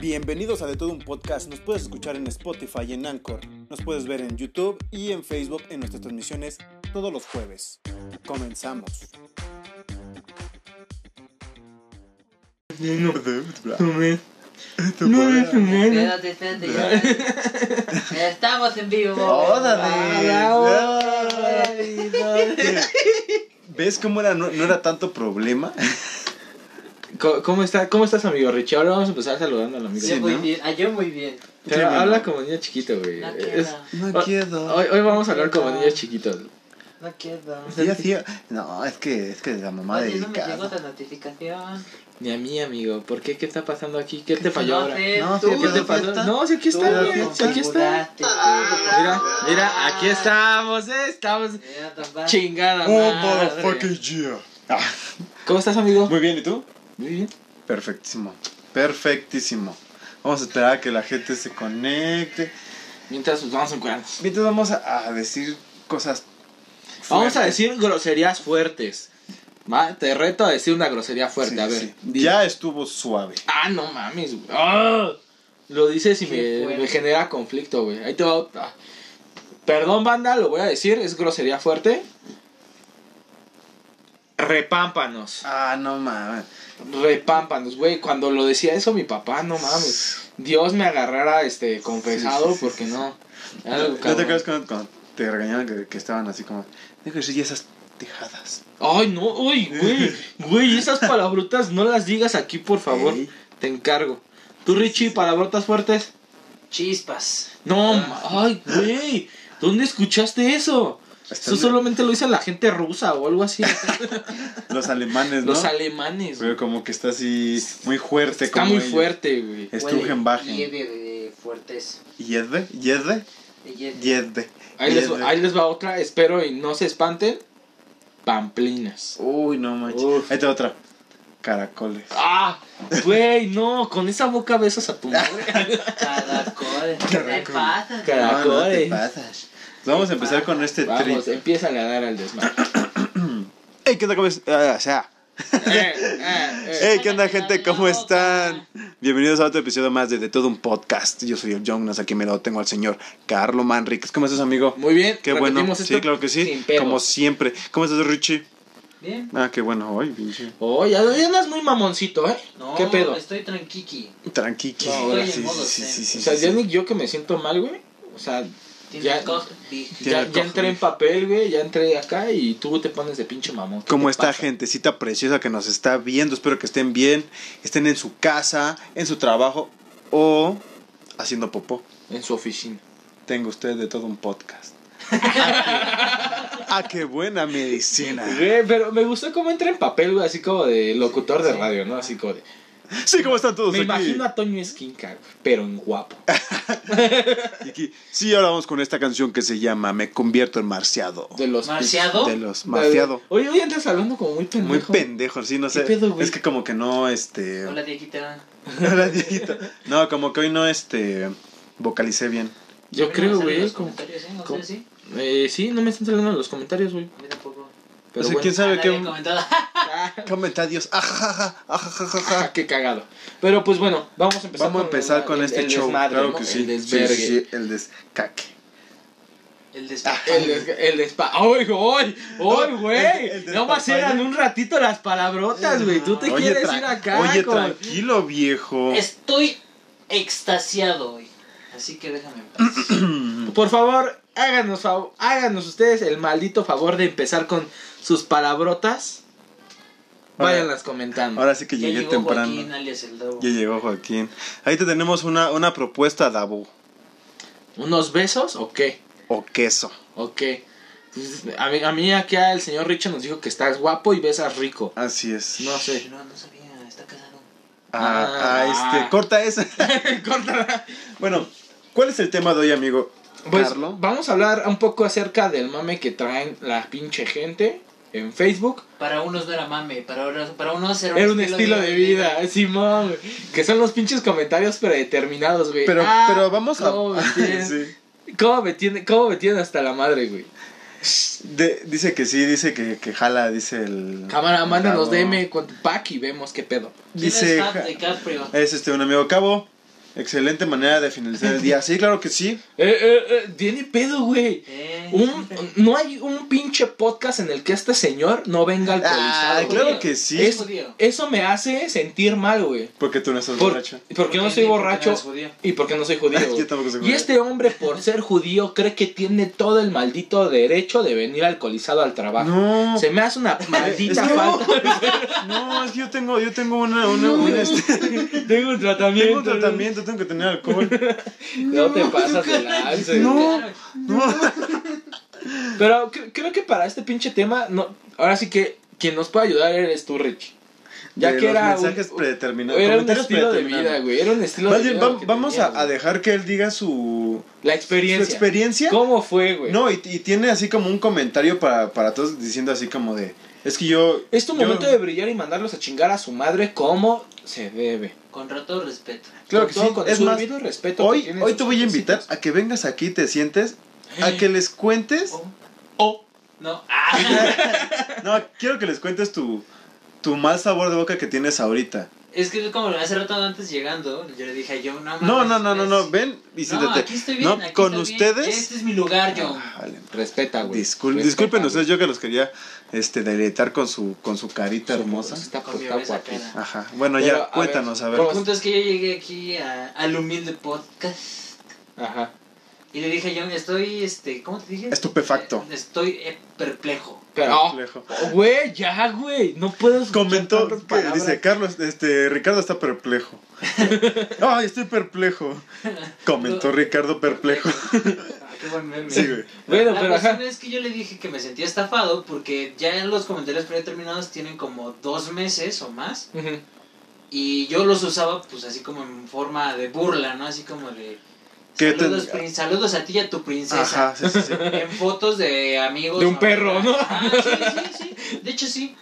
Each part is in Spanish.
Bienvenidos a De Todo Un Podcast. Nos puedes escuchar en Spotify y en Anchor. Nos puedes ver en YouTube y en Facebook en nuestras transmisiones todos los jueves. Comenzamos. Espérate, espérate. ya. Estamos en vivo. Ah, ¿Ves cómo era? No, no era tanto problema. Co- ¿Cómo, está, ¿Cómo estás, amigo Richie? Ahora vamos a empezar saludando al amigo. Yo Sí, muy ¿no? bien. Ah, yo muy bien. Pero Sí, habla bueno. como niño chiquito, güey. No Es- queda. No quiero. hoy, hoy vamos a hablar como No. niños chiquitos. No queda. Sí, así- No, es que es que la mamá Oye, no me dedicada. llegó la notificación. Ni a mí, amigo. ¿Por qué? ¿Qué está pasando aquí? ¿Qué te falló no ahora? sé, No, tú, sí, ¿Qué pero te tú, pasó? está- No, si aquí está, tú bien, si aquí está. Ah. configuraste, tú lo Mira, configuraste. mira, aquí estamos, eh, estamos Ya, papá. chingada Oh, madre. motherfucking yeah. Ah, ¿Cómo estás, amigo? Muy bien, ¿y tú? Muy bien. Perfectísimo. Perfectísimo. Vamos a esperar a que la gente se conecte. Mientras nos vamos en cuernos. Mientras vamos a, a decir cosas. Vamos a fuertes. decir groserías fuertes. Ma, te reto a decir una grosería fuerte, Sí, a ver. sí. di- Ya estuvo suave. Ah, no mames, güey. ¡Ah! Lo dices y Qué me, fuerte. me genera conflicto, güey. Ahí te va otra. Perdón, banda, lo voy a decir, es grosería fuerte. Repámpanos, Ah, no mames. repámpanos, güey. Cuando lo decía eso mi papá, no mames. Dios me agarrara este confesado Sí, sí, sí, porque sí, no. Era algo ¿No te cabrón. acuerdas cuando, cuando te regañaban que, que estaban así como. Deja de decir esas tejadas. Ay, no, uy, güey. Güey, esas palabrotas no las digas aquí, por favor. Ey. Te encargo. Tú, Richie, palabrotas fuertes. Chispas. No, ma- ay, güey. ¿Dónde escuchaste eso? Hasta Eso el- solamente lo dice la gente rusa o algo así. Los alemanes, ¿no? Los alemanes. güey. Pero como que está así muy fuerte. Está como muy ellos. fuerte, güey. Stugenbachen. Huele Lleve de fuertes. ¿Yedde? ¿Yedde? de hielo. ¿Yedde? Ahí les, Yedde. ahí les va otra, espero y no se espanten. Pamplinas. Uy, no manches. Uf. Ahí está otra. Caracoles. ¡Ah! Güey, no, con esa boca besas a tu madre. Caracol. ¿Qué Caracol. pasa? No, no te Cara- caracoles. pasas. Vamos a empezar con este tri. Vamos, empiezan a dar al desmadre. Ey, ¿qué onda? ¿Cómo es? Ah, o sea. Eh, eh, eh. Hey, ¿qué onda, gente? ¿Cómo están? Bienvenidos a otro episodio más de De Todo un Podcast. Yo soy el Jonas, aquí me lo tengo al señor Carlo Manriquez. ¿Cómo estás, amigo? Muy bien. Qué bueno. repetimos Sí, esto claro que sí. sin pedos. Como siempre. ¿Cómo estás, Richie? Bien. Ah, qué bueno. Ay, pinche. Oh, ya, ya andas muy mamoncito, ¿eh? No, ¿Qué pedo? estoy tranquiqui. Tranquiqui. No, estoy en sí, modo sí, zen. sí, sí, o sea, sí, ya sí. ni yo que me siento mal, güey. O sea, Tienes Ya- cos- di- Tiene Ya, el ya cojo, entré en papel, güey, ya entré acá y tú te pones de pinche mamón. ¿Qué Como te esta pasa? gentecita preciosa que nos está viendo, espero que estén bien, estén en su casa, en su trabajo o haciendo popó. En su oficina. Tengo ustedes de todo un podcast. ah, qué buena medicina. Güey, pero me gustó cómo entra en papel, güey, así como de locutor de radio, ¿no? Así como de... Sí, ¿cómo están todos Me Pues aquí? imagino a Toño Esquinca, pero en guapo. Y aquí- Sí, ahora vamos con esta canción que se llama Me convierto en marciado. De los... Marciado. De los marciado. Oye, hoy andas hablando como muy pendejo. Muy pendejo, sí, no ¿Qué sé. pedo, güey? es que como que no, este... Hola, Dieguita. Hola, Dieguito. No, como que hoy no, este... Vocalicé bien. Yo creo, güey, Los como... comentarios, ¿eh? No como- sé si. Eh, sí, no me están saliendo los comentarios, güey. A mí tampoco. Pero o sea, bueno. Pues, quién sabe Ah, qué... nadie ha comentado. Comentarios. Ajajaja, ajajajaja. Ah, qué cagado. Pero pues bueno, vamos a empezar Vamos a empezar con el- este el show. desmadre, claro ¿no? que sí. El desvergue. Sí, sí, sí, el descaque. El despacho. El, des- el despa. ¡Ay, ay! ¡Ay, No, güey! el- el no más despapalle. eran un ratito las palabrotas, güey. Tú te quieres tra- ir acá. oye, con- tranquilo, viejo. Estoy extasiado hoy. Así que déjame en paz. mm. Por favor, háganos, fav- háganos ustedes el maldito favor de empezar con sus palabrotas. Ahora- Váyanlas comentando. Ahora sí que Ya llegué llegó temprano. Joaquín alias el Dabo. Ya llegó Joaquín. Ahí te tenemos una, una propuesta, Dabu. ¿Unos besos o qué? O queso. ¿O qué? Pues, A mí, a mí acá el señor Richo nos dijo que estás guapo y besas rico. Así es. No sé. No, no sabía, está casado. Ah, ah, Ah. este, corta esa. Córtala. bueno, ¿cuál es el tema de hoy, amigo? Pues Carlo. vamos a hablar un poco acerca del mame que traen la pinche gente en Facebook. Para unos no era mame, para, otros- para unos era un, Era un estilo de vida, Simón. güey. Que son los pinches comentarios predeterminados, güey. Pero, Ah, pero vamos a. ¿Cómo me tienen, Sí. cómo me tienen- cómo me tienen hasta la madre, güey? De- dice que sí, dice que, que jala, dice el. Cámara, mándanos Cabo. DM con tu pack y vemos qué pedo. Dice. Eh, Dice. ja- Es este un amigo cabo. Excelente manera de finalizar el día. Sí, claro que sí. Eh, eh, eh, tiene pedo, güey. Eh. Un- no hay un pinche podcast en el que este señor no venga alcoholizado. Ah, güey. claro que sí. Es- Eso- eso me hace sentir mal, güey. Porque tú no estás Por- borracho. Ah, porque yo no soy Porque borracho eres judío. y porque no soy judío. Yo güey. tampoco soy y judío. este hombre, por ser judío, cree que tiene todo el maldito derecho de venir alcoholizado al trabajo. No. Se me hace una maldita Es que- falta. No, es que yo tengo, yo tengo una, una, No. una, este, Tengo un tratamiento. tengo un tratamiento, tengo que tener alcohol. No, te pasas de lance. güey. No, no. Pero cre- creo que para este pinche tema, no, ahora sí que quien nos puede ayudar eres tú, Rich. Ya De que los era mensajes un, predeterminados. era un comentarios estilo de predeterminados. vida, güey. Era un estilo Más de bien, vida. vam- que vamos tenías, a, a güey. dejar que él diga su, La su experiencia. experiencia. ¿Cómo fue, güey? No, y, y tiene así como un comentario para, para todos diciendo así como de, es que yo... Es tu yo- momento de brillar y mandarlos a chingar a su madre como se debe. Con todo respeto. Claro Con que todo- sí, con es su más, debido respeto que hoy, tienen hoy sus te voy a invitar jovencitos. a que vengas aquí, te sientes, a que les cuentes... Oh. Oh. No. Ah. No, quiero que les cuentes tu, tu mal sabor de boca que tienes ahorita. Es que como hace rato antes llegando, yo le dije a John, no No, mames, no, no, no, no, ves. ven y No, siéntate. aquí estoy bien. No, aquí con estoy bien. ustedes- Este es mi lugar, John. Ah, vale. Respeta, güey. Discul- Respeta, disculpen güey. ustedes, yo que los quería este, deleitar con su, con su carita hermosa. Está, Con mi está bebé guapísimo. sacada. Ajá, bueno, Pero, a ya, cuéntanos, ver, a ver. El punto es que yo llegué aquí a- al humilde podcast Ajá. y le dije a John, estoy, este, ¿cómo te dije? Estupefacto. Eh, Estoy eh, perplejo. Pero, Complejo. oh, güey, ya, güey. No puedes. Comentó, escuchar tantas que palabras. dice, Carlos, este, Ricardo está perplejo. Ay, estoy perplejo. Comentó Ricardo perplejo. Ah, qué buen meme. Sí, güey. Bueno, la pero cuestión ajá. es que yo le dije que me sentía estafado porque ya los comentarios predeterminados tienen como dos meses o más Ujú. y yo los usaba pues así como en forma de burla, ¿no? Así como de ¿Qué te- saludos, prin- saludos a ti y a tu princesa. Ajá, sí, sí, sí. En fotos de amigos. De un perro, ¿no? Ah, sí, sí, sí. De hecho, sí.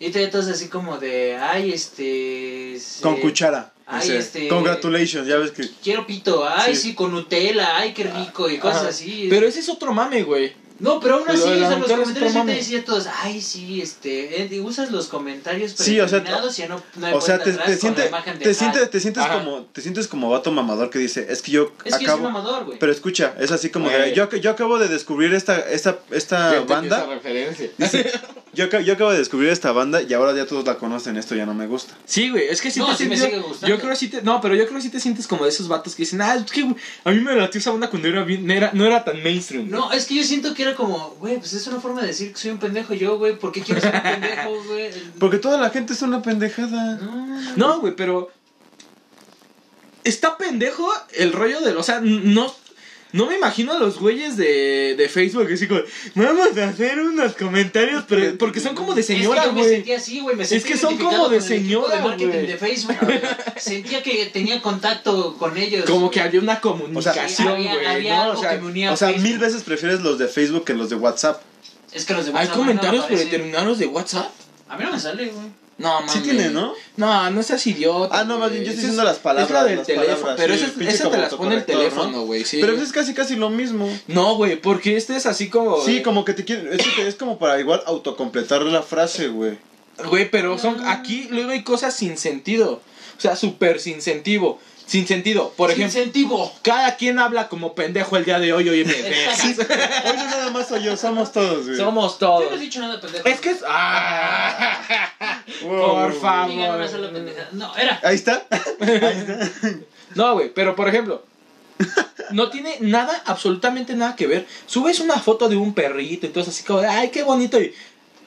Y te tratas así como de, ay, este... se- Con cuchara. Ay, dice, este- Congratulations, ya ves que... Quiero pito, ay, Sí. sí, con Nutella, ay, qué rico, y cosas Ah, Ajá. así. Pero ese es otro mame, güey. No, pero aún así, Lo de o la sea, los Nutella es comentarios otro sí te mame. decía todos, ay, sí, este, eh, y usas los comentarios Sí, o sea, predeterminados y ya no, no hay O sea, vuelta te, atrás te con siente- la imagen de, te ay, sientes, te sientes Ajá. como, te sientes como vato mamador que dice, es que yo Es que yo soy acabo... mamador, güey. Pero escucha, es así como de, Eh. yo, ac- yo acabo de descubrir esta, esta, esta Ya entendí banda. Esa referencia. Yo, ac- yo acabo de descubrir esta banda y ahora ya todos la conocen, esto ya no me gusta. Sí, güey, es que si No, te sí me sientes. sigue gustando. yo creo sí te. No, pero yo creo que sí te sientes como de esos vatos que dicen, ah, es que güey, a mí me latió esa banda cuando era bien, no era, no era tan mainstream. No, es que yo siento que era como, güey, pues es una forma de decir que soy un pendejo yo, güey, ¿por qué quiero ser un pendejo, güey? Porque toda la gente es una pendejada. No, No, güey, pero. Está pendejo el rollo del. O sea, no. No me imagino a los güeyes de, de Facebook que así como, vamos a hacer unos comentarios, pero porque son como de es señora, que yo me güey. sentía así, güey. Me Es sentía que son identificado como de con el equipo señora, de marketing güey. de Facebook. güey. sentía que tenía contacto con ellos. Como güey. que había una Sí, comunicación, había, güey. había ¿no? algo O sea, que me unía a O sea, Facebook. mil veces prefieres los de Facebook que los de WhatsApp. Es que los de hay WhatsApp no comentarios aparecen. predeterminados de WhatsApp. A mí no me sale, güey. No, mames. Sí tiene, ¿no? No, no seas idiota. Ah, no, más güey. bien yo estoy Esa diciendo es- las palabras. Es la del las teléfono. palabras, pero sí, esa, pinche esa te las pone el autocorrector, ¿no? teléfono, güey. Sí. Pero pues es casi casi lo mismo. No, güey, porque este es así como. Sí, como que te quieren. Es, que te- es como para igual autocompletar la frase, güey. Güey, pero son. Aquí luego hay cosas sin sentido. O sea, súper sin sentido. Sin sentido. Por Sin ejemplo, incentivo. cada quien habla como pendejo el día de hoy. Oye, me dejas. Sí. Hoy no nada más soy yo, somos todos, güey. Somos Yo no he todos. dicho nada pendejo. Es que es. ¡Ah! Wow. por favor. No digan una sola pendejada. No, era. Ahí está. No, güey, pero por ejemplo, no tiene nada, absolutamente nada que ver. Subes una foto de un perrito y todo eso, así como, de, ay, qué bonito. Y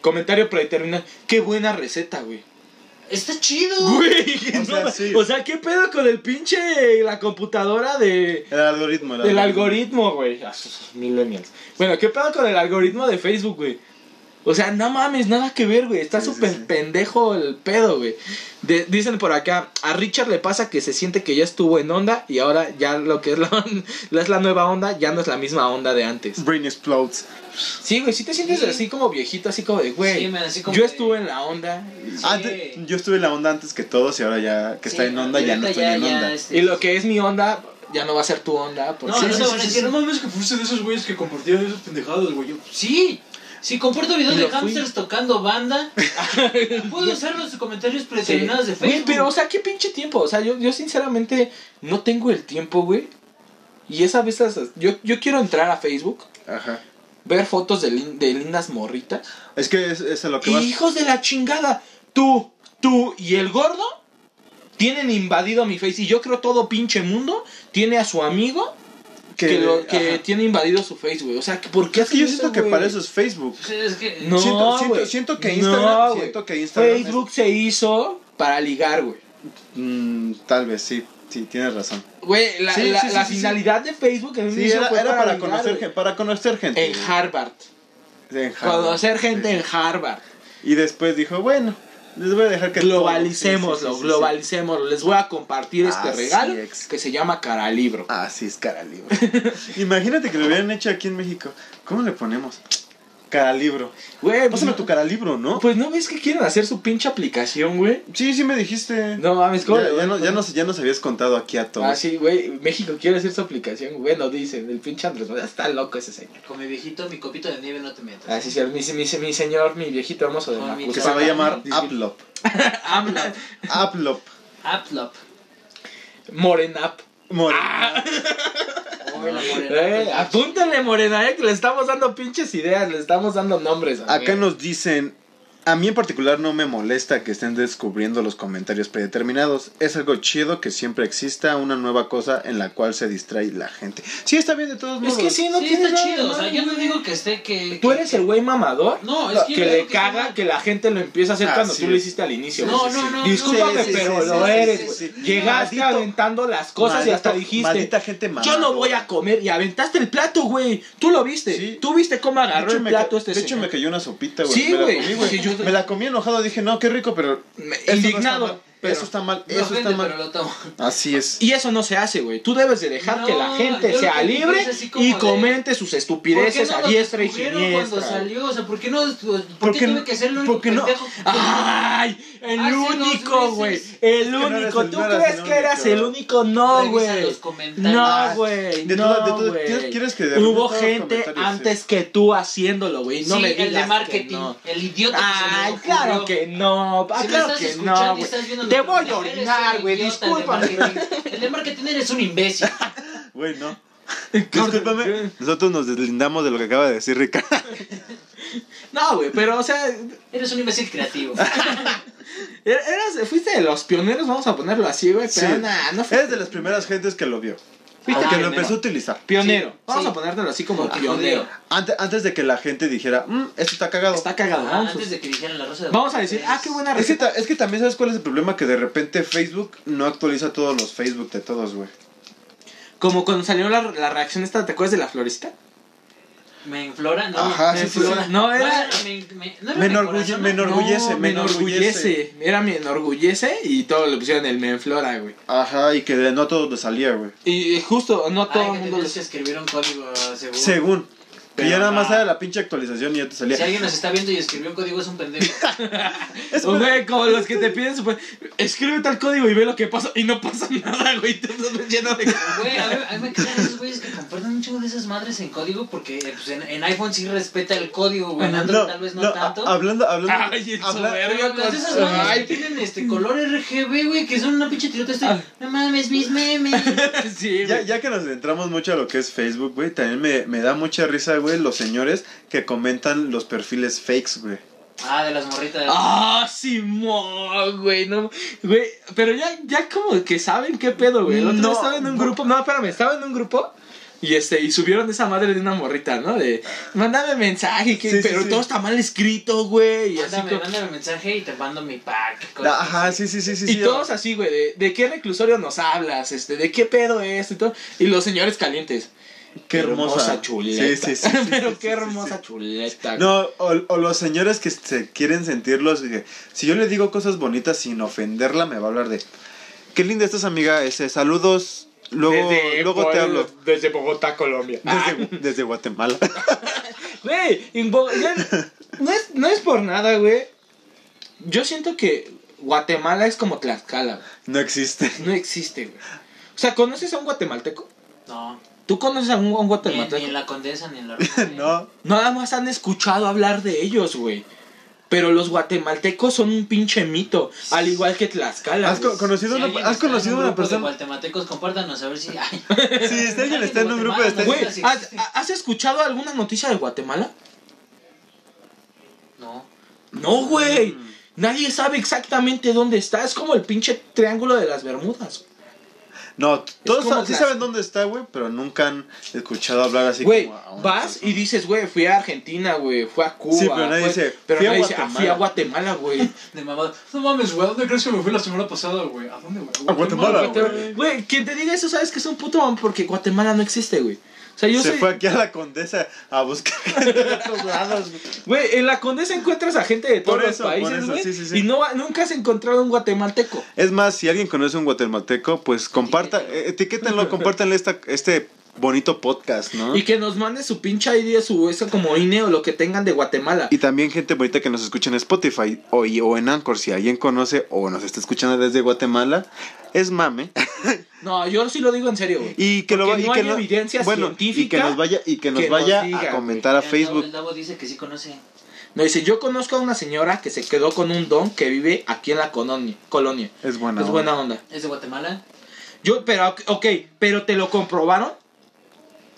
comentario predeterminado, qué buena receta, güey. Está chido. Güey, O no sea, ma- sí. o sea, qué pedo con el pinche, la computadora de... El algoritmo. Del algoritmo, güey. Ah, sus- sus Millennials. Bueno, ¿qué pedo con el algoritmo de Facebook, güey? O sea, no mames, nada que ver, güey. Está Sí, sí, súper sí. pendejo el pedo, güey. De- dicen por acá, a Richard le pasa que se siente que ya estuvo en onda y ahora ya lo que es la, on- la- es la nueva onda ya no es la misma onda de antes. Brain explodes. Sí, güey, si te sientes Sí. así como viejito, así como de, güey, Sí, man, así como yo de- estuve en la onda. Sí. Antes- Ah, yo estuve en la onda antes que todos y ahora ya que está Sí, en onda ya no ahorita estoy en ya, onda. este, Y lo que es mi onda ya no va a ser tu onda. No, Porque no sí, te sí, van a sí, decir, sí. no mames que fuiste de esos güeyes que compartían esas pendejadas, güey. Yo, Sí, Si comparto videos Y de lo fui. hamsters tocando banda, puedo usar los comentarios Sí. predeterminados de Güey, Facebook. pero, o sea, qué pinche tiempo. O sea, yo, yo sinceramente no tengo el tiempo, güey. Y esa vez, esas- yo, yo quiero entrar a Facebook, Ajá. ver fotos de, lin- de lindas morritas. Es que es, es a lo que Y vas. hijos de la chingada, tú, tú y el gordo tienen invadido mi face. Y yo creo todo pinche mundo tiene a su amigo que, lo- que ajá. tiene invadido su face, güey. O sea, ¿por qué Es que yo hacen siento eso, que güey? para eso es Facebook. Pues es que- No, siento, siento- güey. siento que No, Instagram. güey. siento que Instagram. es- Facebook se hizo para ligar, güey. Mm, tal vez, sí. Sí, tienes razón. Güey, la, Sí, la- sí, sí, la sí, sí. finalidad de Facebook en un Sí, inicio era, fue era para, ligar, conocer, güey. gen- para conocer gente. En Harvard. En Harvard. Conocer gente en Harvard. Y después dijo, bueno, les voy a dejar que... globalicémoslo, Sí, Ah, sí, sí, sí, sí. globalicémoslo. Les voy a compartir este Así regalo es. que se llama Caralibro. Así es, caralibro. Imagínate que lo hubieran hecho aquí en México. ¿Cómo le ponemos? Caralibro. Güey, pues, Ah, Pásame no- tu caralibro, ¿no? Pues no ves que quieren hacer su pinche aplicación, güey. Sí, sí me dijiste. No mames, ¿cómo? ya, le ya van a no, ya, poner? nos, ya nos habías contado aquí a todos. Ah, sí, güey. México quiere hacer su aplicación. Güey, no dicen. El pinche Andrés, Manuel, está loco ese señor. Con mi viejito, mi copito de nieve no te metas. Así es, mi, mi, mi señor, mi viejito hermoso de Con mi Macuspana. Que se va a llamar Dice- Aplop. AMLO. Aplop. Aplop. Morenap. Ah, Morena. Hola, Eh, morena. apúntale, Morena, eh, que le estamos dando pinches ideas, le estamos dando nombres. Acá amigo. nos dicen... A mí en particular no me molesta que estén descubriendo los comentarios predeterminados. Es algo chido que siempre exista una nueva cosa en la cual se distrae la gente. Sí, está bien de todos modos. Es que sí, no sí, tiene está nada de chido. O sea, malo, yo no güey. digo que esté que. Tú que- eres el güey mamador No, es que. que yo le creo que está caga mal. que la gente lo empiece a hacer Ah, cuando sí. tú lo hiciste al inicio. No, güey. no, no. Discúlpame, no, sí, pero sí, lo sí, eres, sí, güey. sí. Llegaste Maldito- aventando las cosas y hasta Maldito- dijiste. Maldita gente Yo no mamadora". voy a comer y aventaste el plato, güey. Tú lo viste. Sí. Tú viste cómo De agarró hecho, el me plato ca- este de hecho, señor. me cayó una sopita, güey. Sí, me, la güey. comí, güey. Sí, yo- me la comí enojado, dije, no, qué rico, pero. Me- eso no está Indignado. mal, pero- eso está mal, Me eso ofende, está mal. pero lo tomo. Así es. Y eso no se hace, güey. Tú debes de dejar No, que la yo gente lo sea que pienso libre es así como y de- comente sus estupideces ¿Por qué a lo diestra y descubrieron siniestra. cuando salió? O sea, ¿por qué no? pues, ¿Por, ¿Por qué, qué no- tuve que ser el único por qué no? pendejo? Ah, ¡Ay! El Hace dos único, güey. meses. El no eres único. el- ¿Tú no eras crees el que eras único. el único? No, Revisa güey. los comentarios. No, Ah, güey. de No, todo- de todo- güey. ¿quieres- quieres que de Hubo todos los gente comentarios, antes sí? que tú haciéndolo, güey. No sí, me el digas de que marketing. no. El idiota Ay, que se le claro ocurrió. que no. Ah, Si me claro estás que no, escuchando y güey. estás viendo Te los voy a comentarios, orinar, eres güey. un idiota Discúlpame. de marketing. El de marketing eres un imbécil. Güey, no. Discúlpame, nosotros nos deslindamos de lo que acaba de decir Ricardo. No, güey, pero, o sea, Eres un imbécil creativo. er- eras, fuiste de los pioneros, vamos a ponerlo así, güey. Pero Sí. nah, no fuiste. Eres de las primeras gentes que lo vio. O Fuiste que lo pionero. empezó a utilizar. Pionero. Sí, Vamos sí. a ponértelo así Ah, como Porque pionero. jodeo. Antes, antes de que la gente dijera, mmm, esto está cagado. Está cagado. Ah, vamos, a- antes de que dijeran la rosa de vamos a decir, Guadalupe, ah, qué buena Es que, receta. ta- es que también sabes cuál es el problema, que de repente Facebook no actualiza todos los Facebook de todos, güey. Como cuando salió la, la reacción esta, ¿te acuerdas de la florista? Me enflora, no. Ajá, me sí, sí, sí. enflora. No, era- Me, me, no era Me me enorgulle- encorazona. me enorgullece, No, me enorgullece. Era me enorgullece y todo le pusieron el me enflora, güey. Ajá, y que no a todos les salía, güey. Y justo, no Ay, todo que el mundo... tenías que les- escribir un código seguro. Según. Que Pero ya nada no. más era la pinche actualización y ya te salía. Si alguien nos está viendo y escribió un código es un pendejo. Es- O, güey, como los que te piden, super- escribe tal código y ve lo que pasa y no pasa nada, güey. Te estás lleno de... Güey, a mí, a mí me cagan esos güeyes que comparten un chingo de esas madres en código porque eh, pues, en, en iPhone sí respeta el código, güey. En Android No, tal vez no, no, tanto. a- hablando, hablando. Ay, el habla- soberbio pero las de esas con- madres Ay, que tienen este color RGB, güey, que son una pinche tirota este. Ah. No mames, mis memes. Sí, ya, güey. ya que nos centramos mucho a lo que es Facebook, güey, también me, me da mucha risa, güey, los señores que comentan los perfiles fakes, güey. Ah, de las morritas. Ah, Simón, güey, no, güey, pero ya, ya como que saben qué pedo, güey. El otro día No, estaba en un no. grupo, no, espérame, estaba en un grupo y este, y subieron esa madre de una morrita, ¿no? De, mándame mensaje, que, Sí, sí, pero sí. todo está mal escrito, güey, y así Mándame, como- mándame mensaje y te mando mi pack. Ah, cosas La- ajá, así. sí, sí, sí, sí. y sí, todos así, güey, de, de qué reclusorio nos hablas, este, de qué pedo es y todo. Y los señores calientes. Qué hermosa. chuleta. Sí, sí, sí, sí, pero sí, sí, qué sí, hermosa sí. chuleta. No, o, o los señores que se quieren sentirlos. eh, Si yo le digo cosas bonitas sin ofenderla, me va a hablar de. Qué linda estás, amiga. Ese, saludos. Luego, Desde luego te Pol- hablo. Desde Bogotá, Colombia. Ah, Desde, desde Guatemala. Güey, en Bo- ya- no, es, no es por nada, güey. Yo siento que Guatemala es como Tlaxcala, güey. No existe. No existe, güey. O sea, ¿conoces a un guatemalteco? No. ¿Tú conoces a un, a un Ni, ni guatemalteco? en la condesa ni en la Reforma. No. Nada más han escuchado hablar de ellos, güey. Pero los guatemaltecos son un pinche mito, al igual que Tlaxcala. ¿Has güey. co- conocido Si una- alguien has está en conocido un una grupo de persona? guatemaltecos, compártanos a ver si. Ay, Sí, si alguien está en un grupo de Alguien de stand- Güey, Sí ¿has, existe. has escuchado alguna noticia de Guatemala? no. No, güey. Mm. Nadie sabe exactamente dónde está. Es como el pinche triángulo de las Bermudas. No, t- todos como sa- sí las- saben dónde está, güey, pero nunca han escuchado hablar así Güey, como a una vas persona. y dices, güey, fui a Argentina, güey, fui a Cuba. Sí, pero nadie fue- dice, pero fui a nadie dice, ah, Guatemala. fui a Guatemala, güey. De mamada. No mames, güey. ¿a ¿Dónde crees que me fui la semana pasada, güey? ¿A dónde, güey? A Guatemala, Guate- güey. Güey, quien te diga eso sabes que es un puto mamón porque Guatemala no existe, güey. O sea, yo Se sé- fue aquí a la condesa a buscar gente de otros lados, güey. Güey, en la Condesa encuentras a gente de todos Por eso, los por países, eso, güey. sí, sí, sí. Y no, ha- nunca has encontrado un guatemalteco. Es más, si alguien conoce un guatemalteco, pues comparta, Etiquétalo. eh, etiquétenlo, compártanle esta, este bonito podcast, ¿no? Y Y, que nos mande su pinche idea, su eso como INE o lo que tengan de Guatemala. también gente bonita que nos escucha en Spotify o, y- o en Anchor, si alguien conoce o nos está escuchando desde Guatemala, es mame. No, yo sí lo digo en serio, güey. Y que lo Porque va- y no que hay no- evidencia bueno, y que científica nos vaya y que nos que nos vaya diga, güey. a comentar a Ya, Facebook. El Davo dice que sí conoce. No dice, yo conozco a una señora que se quedó con un don que vive aquí en la colonia. colonia. Es buena. es buena onda. ¿Es de Guatemala? Yo, pero, ok, pero te lo comprobaron.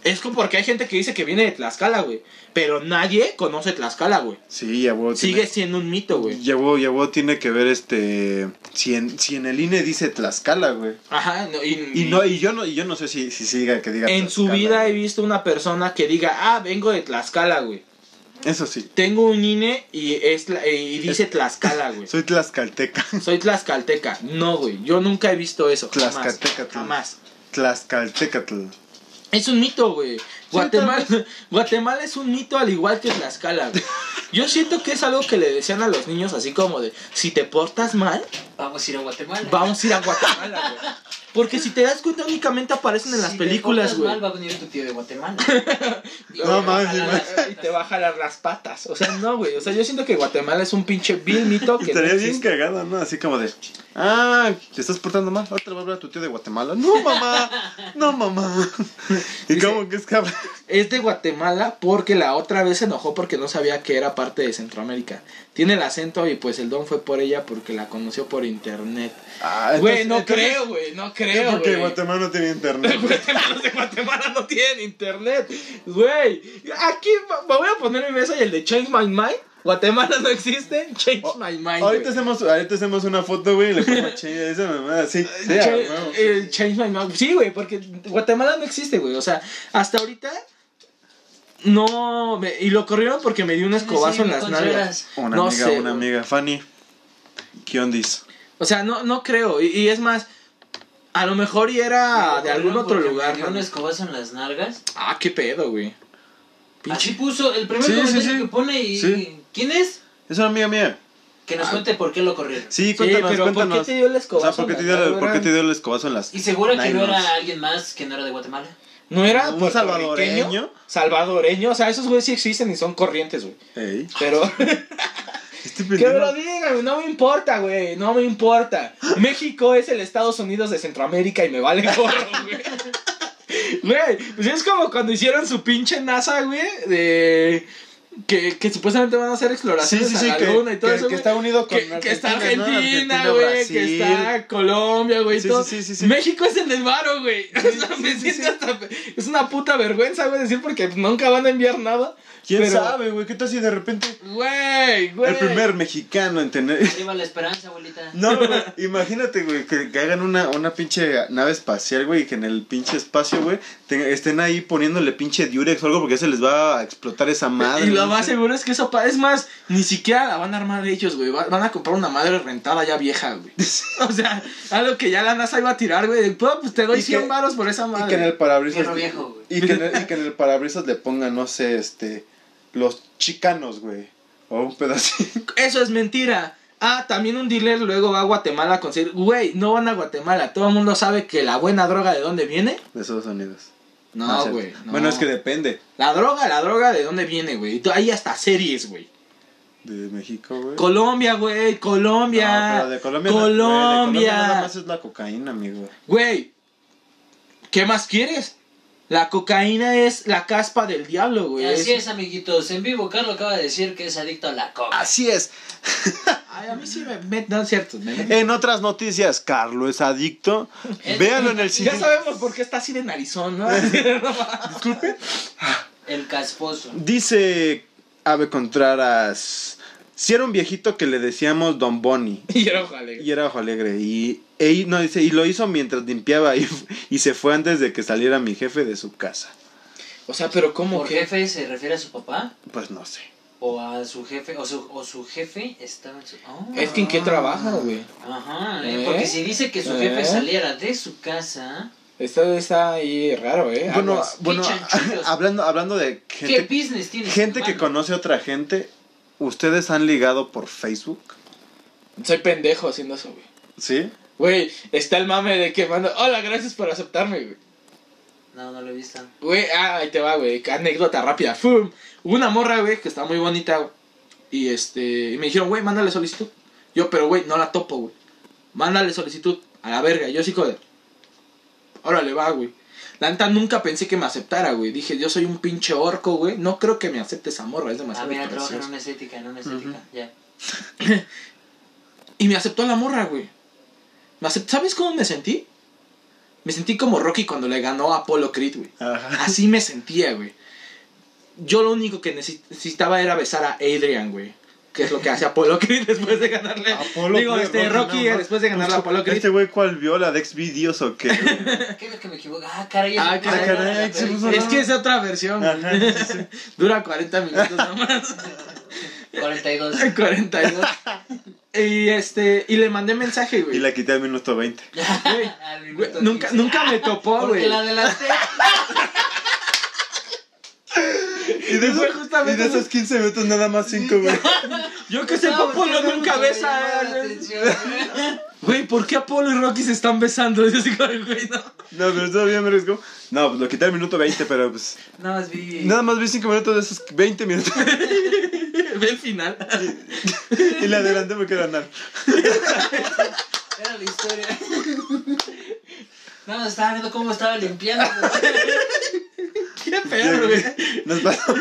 Es como porque hay gente que dice que viene de Tlaxcala, güey. Pero nadie conoce Tlaxcala, güey. Sí, ya huevo Sigue tiene- siendo un mito, güey. Ya huevo, ya huevo tiene que ver este si en, si en el INE dice Tlaxcala, güey. Ajá, no, y, Y no y yo no y yo no sé si si siga que diga En su Tlaxcala, vida he güey. visto una persona que diga, ah, vengo de Tlaxcala, güey. Eso sí. Tengo un INE y, es, tla- y dice Tlaxcala, güey. Soy tlaxcalteca. Soy tlaxcalteca. No, güey. Yo nunca he visto eso. Jamás. Tlaxcalteca, tú. Jamás. Tlaxcaltecatl. Es un mito, güey. Guatemala, tal Guatemala es un mito al igual que Tlaxcala, güey. Yo siento que es algo que le decían a los niños así como de, si te portas mal, Vamos a ir a Guatemala. vamos a ir a Guatemala, güey. Porque si te das cuenta únicamente aparecen en las Si te películas, portas güey. mal, va a venir tu tío de Guatemala. No mames, Ojalá la- y te va a jalar las patas. O sea, no, güey. O sea, yo siento que Guatemala es un pinche vil mito que no Estaría bien existe. cagado, ¿no? Así como de, ah, te estás portando mal, ahora te va a hablar tu tío de Guatemala. No, mamá, no, mamá. ¿Y Dice- cómo que es cabrón? Es de Guatemala porque la otra vez se enojó porque no sabía que era parte de Centroamérica. Tiene el acento y pues el don fue por ella porque la conoció por internet. Ah, Güey, entonces- no entonces- creo, güey. No Es creo, porque güey. Guatemala no tiene internet. güey. Guatemala- de Guatemala no tienen internet, güey. Aquí me- me voy a poner mi mesa y el de Change My Mind. Guatemala no existe. Change O- My Mind. ahorita, güey. hacemos, ahorita hacemos una foto, güey, y le pongo chinga esa mamada, sí. sí, Cha- a huevo. eh, change my mind. Sí, güey, porque Guatemala no existe, güey. O sea, hasta ahorita no. me- y lo corrieron porque me dio un escobazo Sí, en las Contreras. nalgas. Una No amiga, sé, una güey. amiga. Fanny, ¿qué ondis? O sea, no, no creo. Y, y es más, a lo mejor y era de algún otro Porque me lugar. dio ¿no? un escobazo en las nalgas. Ah, qué pedo, güey. Pinche. Así puso el primer Sí, sí, comentario sí. que pone y. Sí. Ah. ¿Quién es? Es una amiga mía. Que nos cuente por qué lo corrieron. Sí, Sí, cuéntanos, pero ¿por qué cuéntanos. te dio el escobazo O sea, ¿por qué en te las dio, el- nalgas? por qué te dio el escobazo en las Y segura que no nylons? era alguien más que no era de Guatemala. No era ¿Un puertorriqueño? salvadoreño? Salvadoreño. O sea, esos güeyes sí existen y son corrientes, güey. Ey, Pero. este Que me pendejo. lo digan, no me importa, güey, no me importa. México es el Estados Unidos de Centroamérica y me vale gorro, güey. Güey, pues es como cuando hicieron su pinche NASA, güey, de... Que, que supuestamente van a hacer Sí, exploraciones sí, sí, a la que, luna y todo que- eso, que güey. está unido con Que, que está ¿no? Argentina, Argentina, güey, Brasil. que está Colombia, güey, y Sí, todo. sí, sí, sí, sí. México es el del varo, güey. O sea, me siento hasta- Es una puta vergüenza, güey, decir porque nunca van a enviar nada. ¿Quién pero- sabe, güey? ¿Qué tal si de repente Güey, güey. el primer mexicano en tener... Arriba la esperanza, abuelita. No, güey, imagínate, güey, que, que hagan una, una pinche nave espacial, güey, y que en el pinche espacio, güey, te- estén ahí poniéndole pinche diurex o algo porque ya se les va a explotar esa madre. Y lo no más sé. seguro es que eso pa- Es más, ni siquiera la van a armar ellos, güey. Va- Van a comprar una madre rentada ya vieja, güey. O sea, algo que ya la NASA iba a tirar, güey. de, "Pum, Pues te doy Y que- 100 varos por esa Y que en madre. el parabrisas... Fierro viejo, güey. Y que, en el, y que en el parabrisas le pongan, no sé, este... Los chicanos, güey. O un pedacito. Eso es mentira. Ah, también un dealer luego va a Guatemala a conseguir. Güey, no van a Guatemala. Todo el mundo sabe que la buena droga de dónde viene. De Estados Unidos. es No, cierto. güey. no. Bueno, es que depende. La droga, la droga de dónde viene, güey. Tú- Hay hasta series, güey. De México, güey. Colombia, güey. Colombia. No, pero de Colombia. no, güey, de Colombia Colombia. nada más es la cocaína, amigo. Güey, ¿qué más quieres? La cocaína es la caspa del diablo, güey. Así es, amiguitos. En vivo, Carlos acaba de decir que es adicto a la coca. Así es. Ay, a mí sí me... me- no, es cierto. me- En otras noticias, Carlos es adicto. Véanlo en el Eh, ya siguiente. sabemos por qué está así de narizón, ¿no? Disculpe. El casposo. Dice Ave Contreras. Si era un viejito que le decíamos Don Bonnie. y era ojalá. Y era ojo alegre. Y, e- no, dice, y lo hizo mientras limpiaba y, y se fue antes de que saliera mi jefe de su casa. O sea, pero ¿cómo ¿Por que? jefe se refiere a su papá? Pues no sé. ¿O a su jefe? ¿O su, o su jefe estaba en su.? Oh. Eh. Es que en qué trabaja, güey. Ajá, ¿eh? ¿Eh? porque si dice que su ¿Eh? jefe saliera de su casa. Esto está ahí raro, ¿eh? Bueno, Aguas. bueno chanchullos. hablando, hablando de ¿Qué gente, business tiene? gente que conoce a otra gente, ¿ustedes han ligado por Facebook? soy pendejo haciendo eso, güey. ¿Sí? Güey, está el mame de que mando. Hola, gracias por aceptarme, güey. No, no lo he visto. Güey, ah, ahí te va, güey. Anécdota rápida. Fum. Hubo una morra, güey, que estaba muy bonita. güey. Y este. Y me dijeron, güey, mándale solicitud. Yo, pero güey, no la topo, güey. Mándale solicitud. A la verga. Yo sí joder. Órale, va, güey. La neta nunca pensé que me aceptara, güey. Dije, yo soy un pinche orco, güey. No creo que me acepte esa morra, es Ah, demasiado. mira, trabaja en preciosa". una estética, en una estética. Ya. Y me aceptó la morra, güey. Me acep- ¿Sabes cómo me sentí? Me sentí como Rocky cuando le ganó a Apollo Creed, güey. Ajá. Así me sentía, güey. Yo lo único que necesit- necesitaba era besar a Adrian, güey. Que es lo que hace Apollo Creed después de ganarle. Apolo, Digo, güey, este Rocky, Rocky no, no. después de ganarle a Apollo Creed. Este güey, ¿cuál viola? ¿De exvideos o qué? ¿Qué es lo que me equivoco? Ah, caray. Ah, es- caray, caray, la se puso Ah. película. Es que es otra versión. güey. Ajá, sí, sí. Dura 40 minutos nomás. 42. 42. Y este, y le mandé mensaje, güey. Y la quité al minuto 20. Güey, Al güey, minuto nunca, 15. nunca me topó, Porque güey. la adelanté. Y de, fue esos- justamente y de esos 15 minutos nada más 5, güey. Yo que sé, No, Apolo porque nunca me besa. llamaba la atención, güey. Güey, ¿por qué Apolo y Rocky se están besando? Yo así como, güey, no. No, pero está bien, Marisco. No, pues lo quité al minuto 20, pero pues. Nada más vi. Nada más vi 5 minutos de esos 20 minutos. Ve el final. Y le adelanté porque era nada. Era la historia. Nada más estaba viendo cómo estaba limpiando. güey. Qué perro, güey. Nos pasó.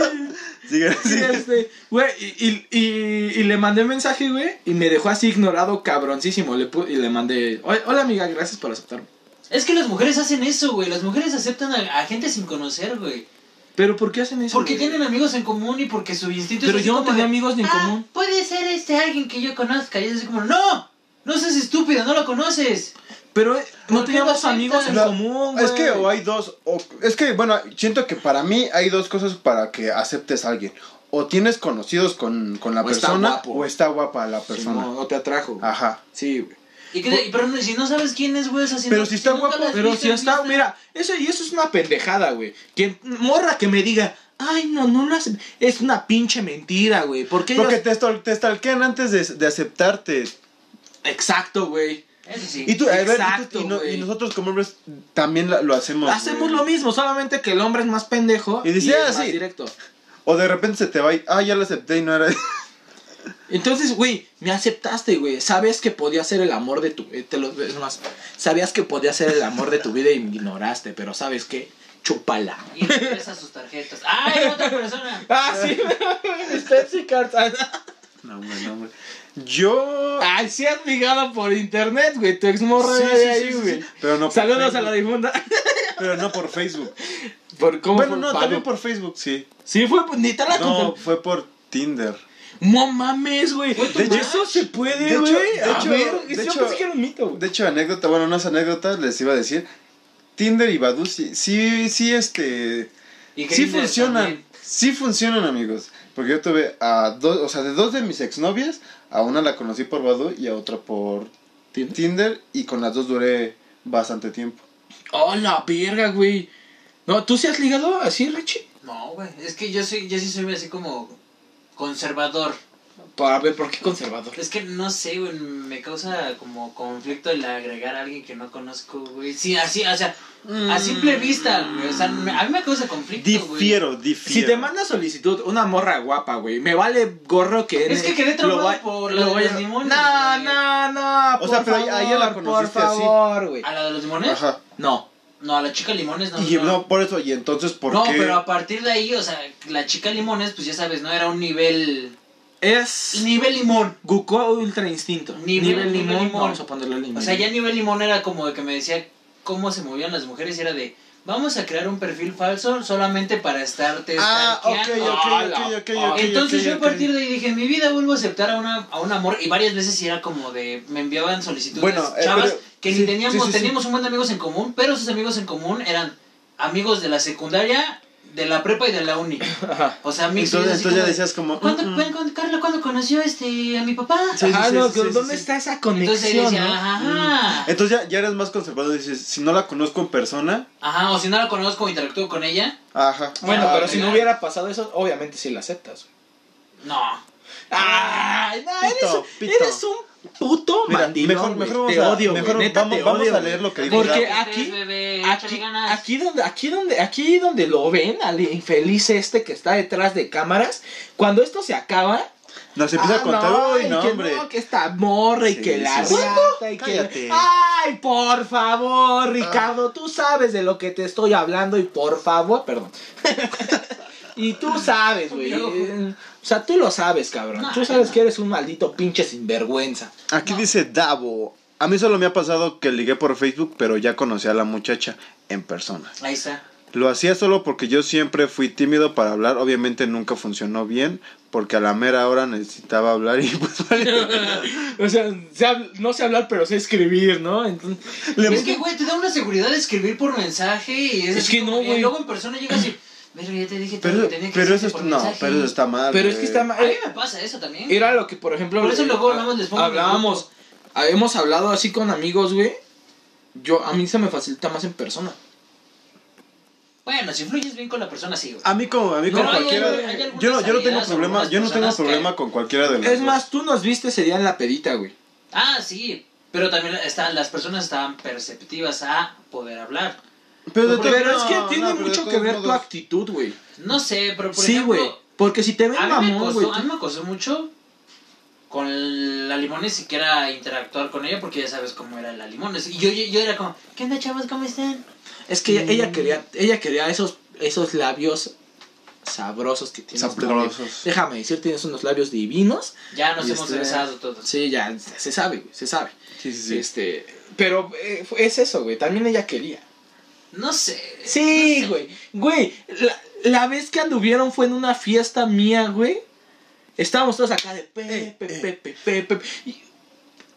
Sigue, Sí, sigue. este, güey, y, y, y- y le mandé mensaje, güey, y me dejó así ignorado, cabroncísimo. Le pu- y le mandé, "Oye, hola amiga, gracias por aceptarme. Es que las mujeres hacen eso, güey. Las mujeres aceptan a, a gente sin conocer, güey. Pero ¿por qué hacen eso? Porque güey? tienen amigos en común y porque su instinto Pero así yo no como tenía de, amigos ni en "Ah, común". Puede ser este alguien que yo conozca. Y es así como, ¡No! ¡No seas estúpido! ¡No lo conoces! Pero eh, no ¿Por qué teníamos no amigos en aceptan? común, güey. Es que o hay dos. o- es que, bueno, siento que para mí hay dos cosas para que aceptes a alguien. O tienes conocidos con, con la O está persona, guapo. o está guapa la Sí, persona. Ah. no, no te atrajo. güey. Ajá. Sí, güey. Y que, y- pero no- si no sabes quién es, güey, es así. Pero si está nunca guapo. lo has Pero visto si en está, vista. mira, eso y eso es una pendejada, güey. Que morra que me diga, ay, no, no lo hacen. Es una pinche mentira, güey. ¿Por qué Porque ellos- te, stal- te stalkean antes de, de aceptarte. Exacto, güey. Eso sí. Y tú, a ver, y tú- Exacto, y, no- y güey. nosotros como hombres también la- lo hacemos. Hacemos güey. lo mismo, solamente que el hombre es más pendejo Y dice, es "Ah, más sí". directo. O de repente se te va y, ah, ya la acepté y no era. Entonces, güey, me aceptaste, güey. Sabías que podía ser el amor de tu eh, te lo- es más, sabías que podía ser el amor de tu vida y me ignoraste, pero ¿sabes qué? Chúpala. Y regresa sus tarjetas. ¡Ay, otra persona! Ah, sí, Pepsi Cards. No, güey, no, güey. Yo. Ay, sí has ligado por internet, güey. Tu ex morra Sí, de sí, ahí, sí, sí, güey. sí. Pero no por Saludos a Facebook. la difunda. Pero no por Facebook. ¿Por cómo Bueno, fue, no, Pablo? también por Facebook, sí. Sí, fue, pues, ni tal la No, no. fue por Tinder. no mames, güey. Fue tu De hecho, match. eso se puede, De güey. hecho- de A hecho- ver, de yo hecho- pensé que era un mito, güey. De hecho, anécdota, bueno, no es anécdota, les iba a decir. Tinder y Badu sí, sí, sí, este. Y Sí Grindr funcionan. también. Sí funcionan, amigos. Porque yo tuve a dos, o sea, de dos de mis exnovias, a una la conocí por Badu y a otra por ¿Tinder? Tinder. Y con las dos duré bastante tiempo. Oh, la verga, güey. No, ¿tú sí has ligado así, Richie? No, güey. Es que yo, soy, yo sí soy así como conservador. Para ver, ¿por qué conservador? Es que no sé, güey, me causa como conflicto el agregar a alguien que no conozco, güey. Sí, así, o sea, a simple vista, güey. O sea, me- a mí me causa conflicto, güey. Mm. Difiero, difiero. Si te manda solicitud una morra guapa, güey, me vale gorro que... Es que quedé traumado por la de voy a- los limones, No, güey. no, no, O sea, por pero ahí- ahí ya la favor, conociste Por así. Ah. favor, güey. ¿A la de los limones? Ajá. No, No, a la chica Limones no. y no, por eso, y entonces, ¿por No, qué? pero a partir de ahí, o sea, la chica Limones, pues ya sabes, no era un nivel. Es Nivel Limón. Goku Ultra Instinto. Nivel- Nivel, nivel limón. limón. Vamos a ponerle limón. O sea, ya nivel Limón era como de que me decía cómo se movían las mujeres y era de. Vamos a crear un perfil falso solamente para estarte. Ah, ok, ok, stalkeando". ok, ok, ok, ok. pues, Entonces ok, yo a ok. partir de ahí dije, en mi vida vuelvo a aceptar a una, a un amor. Y varias veces sí era como de, me enviaban solicitudes Bueno, eh, chavas pero- que ni sí, teníamos, sí, sí, sí. teníamos un buen de amigos en común, pero sus amigos en común eran amigos de la secundaria, de la prepa y de la uni. Ajá. O sea, mí Entonces, entonces ya decías como. ¿Cuándo, mm, mm. cuándo- cuándo- Carla, ¿cuándo conoció este, a mi papá? Sí, sí, Ajá, sí, no, sí, sí, ¿dónde sí. está esa Entonces conexión? yo decía, no? Mm. ajá, Entonces ya, ya eres más conservador. Dices, si no la conozco en persona. ajá, o si no la conozco, interactúo con ella, Ajá. Bueno, Ah, pero ok. si no hubiera pasado eso, obviamente sí la aceptas. güey. no. Ay, no, eres, Pito, pito. eres un puto Mira, mandilón, mejor, güey. mejor vamos te a, odio, mejor güey. Neta, vamos, te vamos odio, a güey. leer lo que dijo Porque Gabo. Ustedes, aquí- bebé, échale Aquí, ganas. aquí donde, aquí donde, aquí donde lo ven al infeliz este que está detrás de cámaras, cuando esto se acaba, Nos empieza a ah, contar. no, Uy, y no, que hombre. no, que esta morra y Sí, que la sí, sí. riata y Cállate. que. Ay, por favor, Ricardo, tú sabes de lo que te estoy hablando y por favor, perdón. y tú sabes, güey. O sea, tú lo sabes, cabrón. No, tú sabes no. que eres un maldito pinche sinvergüenza. Aquí No. dice Davo. A mí solo me ha pasado que ligué por Facebook, pero ya conocí a la muchacha en persona. Ahí está. Lo hacía solo porque yo siempre fui tímido para hablar. Obviamente nunca funcionó bien, porque a la mera hora necesitaba hablar y pues valió. O sea, sé hab- no sé hablar, pero sé escribir, ¿no? Entonces, Le- Es que, güey, te da una seguridad de escribir por mensaje y es, Es así que no, como güey. Y luego en persona llegas y. Verga, ya te dije todo lo Pero, que tenía que pero eso decirte está, por no, mensaje". pero eso está mal. pero es que güey. está mal. A mí me pasa eso también. Era lo que, por ejemplo. pues, Por eso eh, luego ah, nada más les pongo en el Hablábamos. ah, Hemos hablado así con amigos, güey. Yo, a mí se me facilita más en persona. Bueno, si fluyes bien con la persona, sí, güey. A mí como, a mí No, como hay- cualquiera. hay- hay algunas yo, no, yo no tengo habilidades, problema, algunas yo no tengo personas que- problema con cualquiera de los Es más, tú nos viste ese día en la pedita, güey. Ah, sí. Pero también están, las personas estaban perceptivas a poder hablar. de Pero, todos- es que no, tiene no, pero de mucho que todos ver tu modos. actitud, güey. No sé, pero por Sí, ejemplo. güey. Porque si te ven A mí, me mamón, güey. costó, a mí me costó mucho con la Limones siquiera interactuar con ella porque ya sabes cómo era la Limones. Y yo, yo, yo era como, ¿qué onda, chavos? ¿Cómo están? Es que ella- Mm. ella quería, ella quería esos, esos labios sabrosos que tienes. Sabrosos. Déjame decir, tienes unos labios divinos. Ya nos Y hemos este- besado todos. Sí, ya se sabe, güey, se sabe. Sí, sí, sí. Este, pero eh, fue- es eso, güey. También ella quería. No sé. Sí, no sé. güey. Güey, la, la vez que anduvieron fue en una fiesta mía, güey. Estábamos todos acá de Eh, pepe, pepe, pepe, pepe. Y-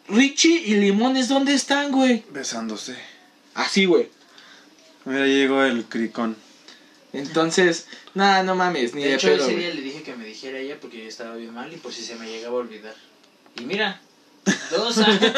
Richie y Limones, ¿dónde están, güey? Besándose. Así, güey. Mira, llegó el cricón. Entonces, nada, no mames, ni De de, hecho, eh. pedo, ese güey. día le dije que me dijera ella porque yo estaba bien mal y por si se me llegaba a olvidar. Y mira, dos años.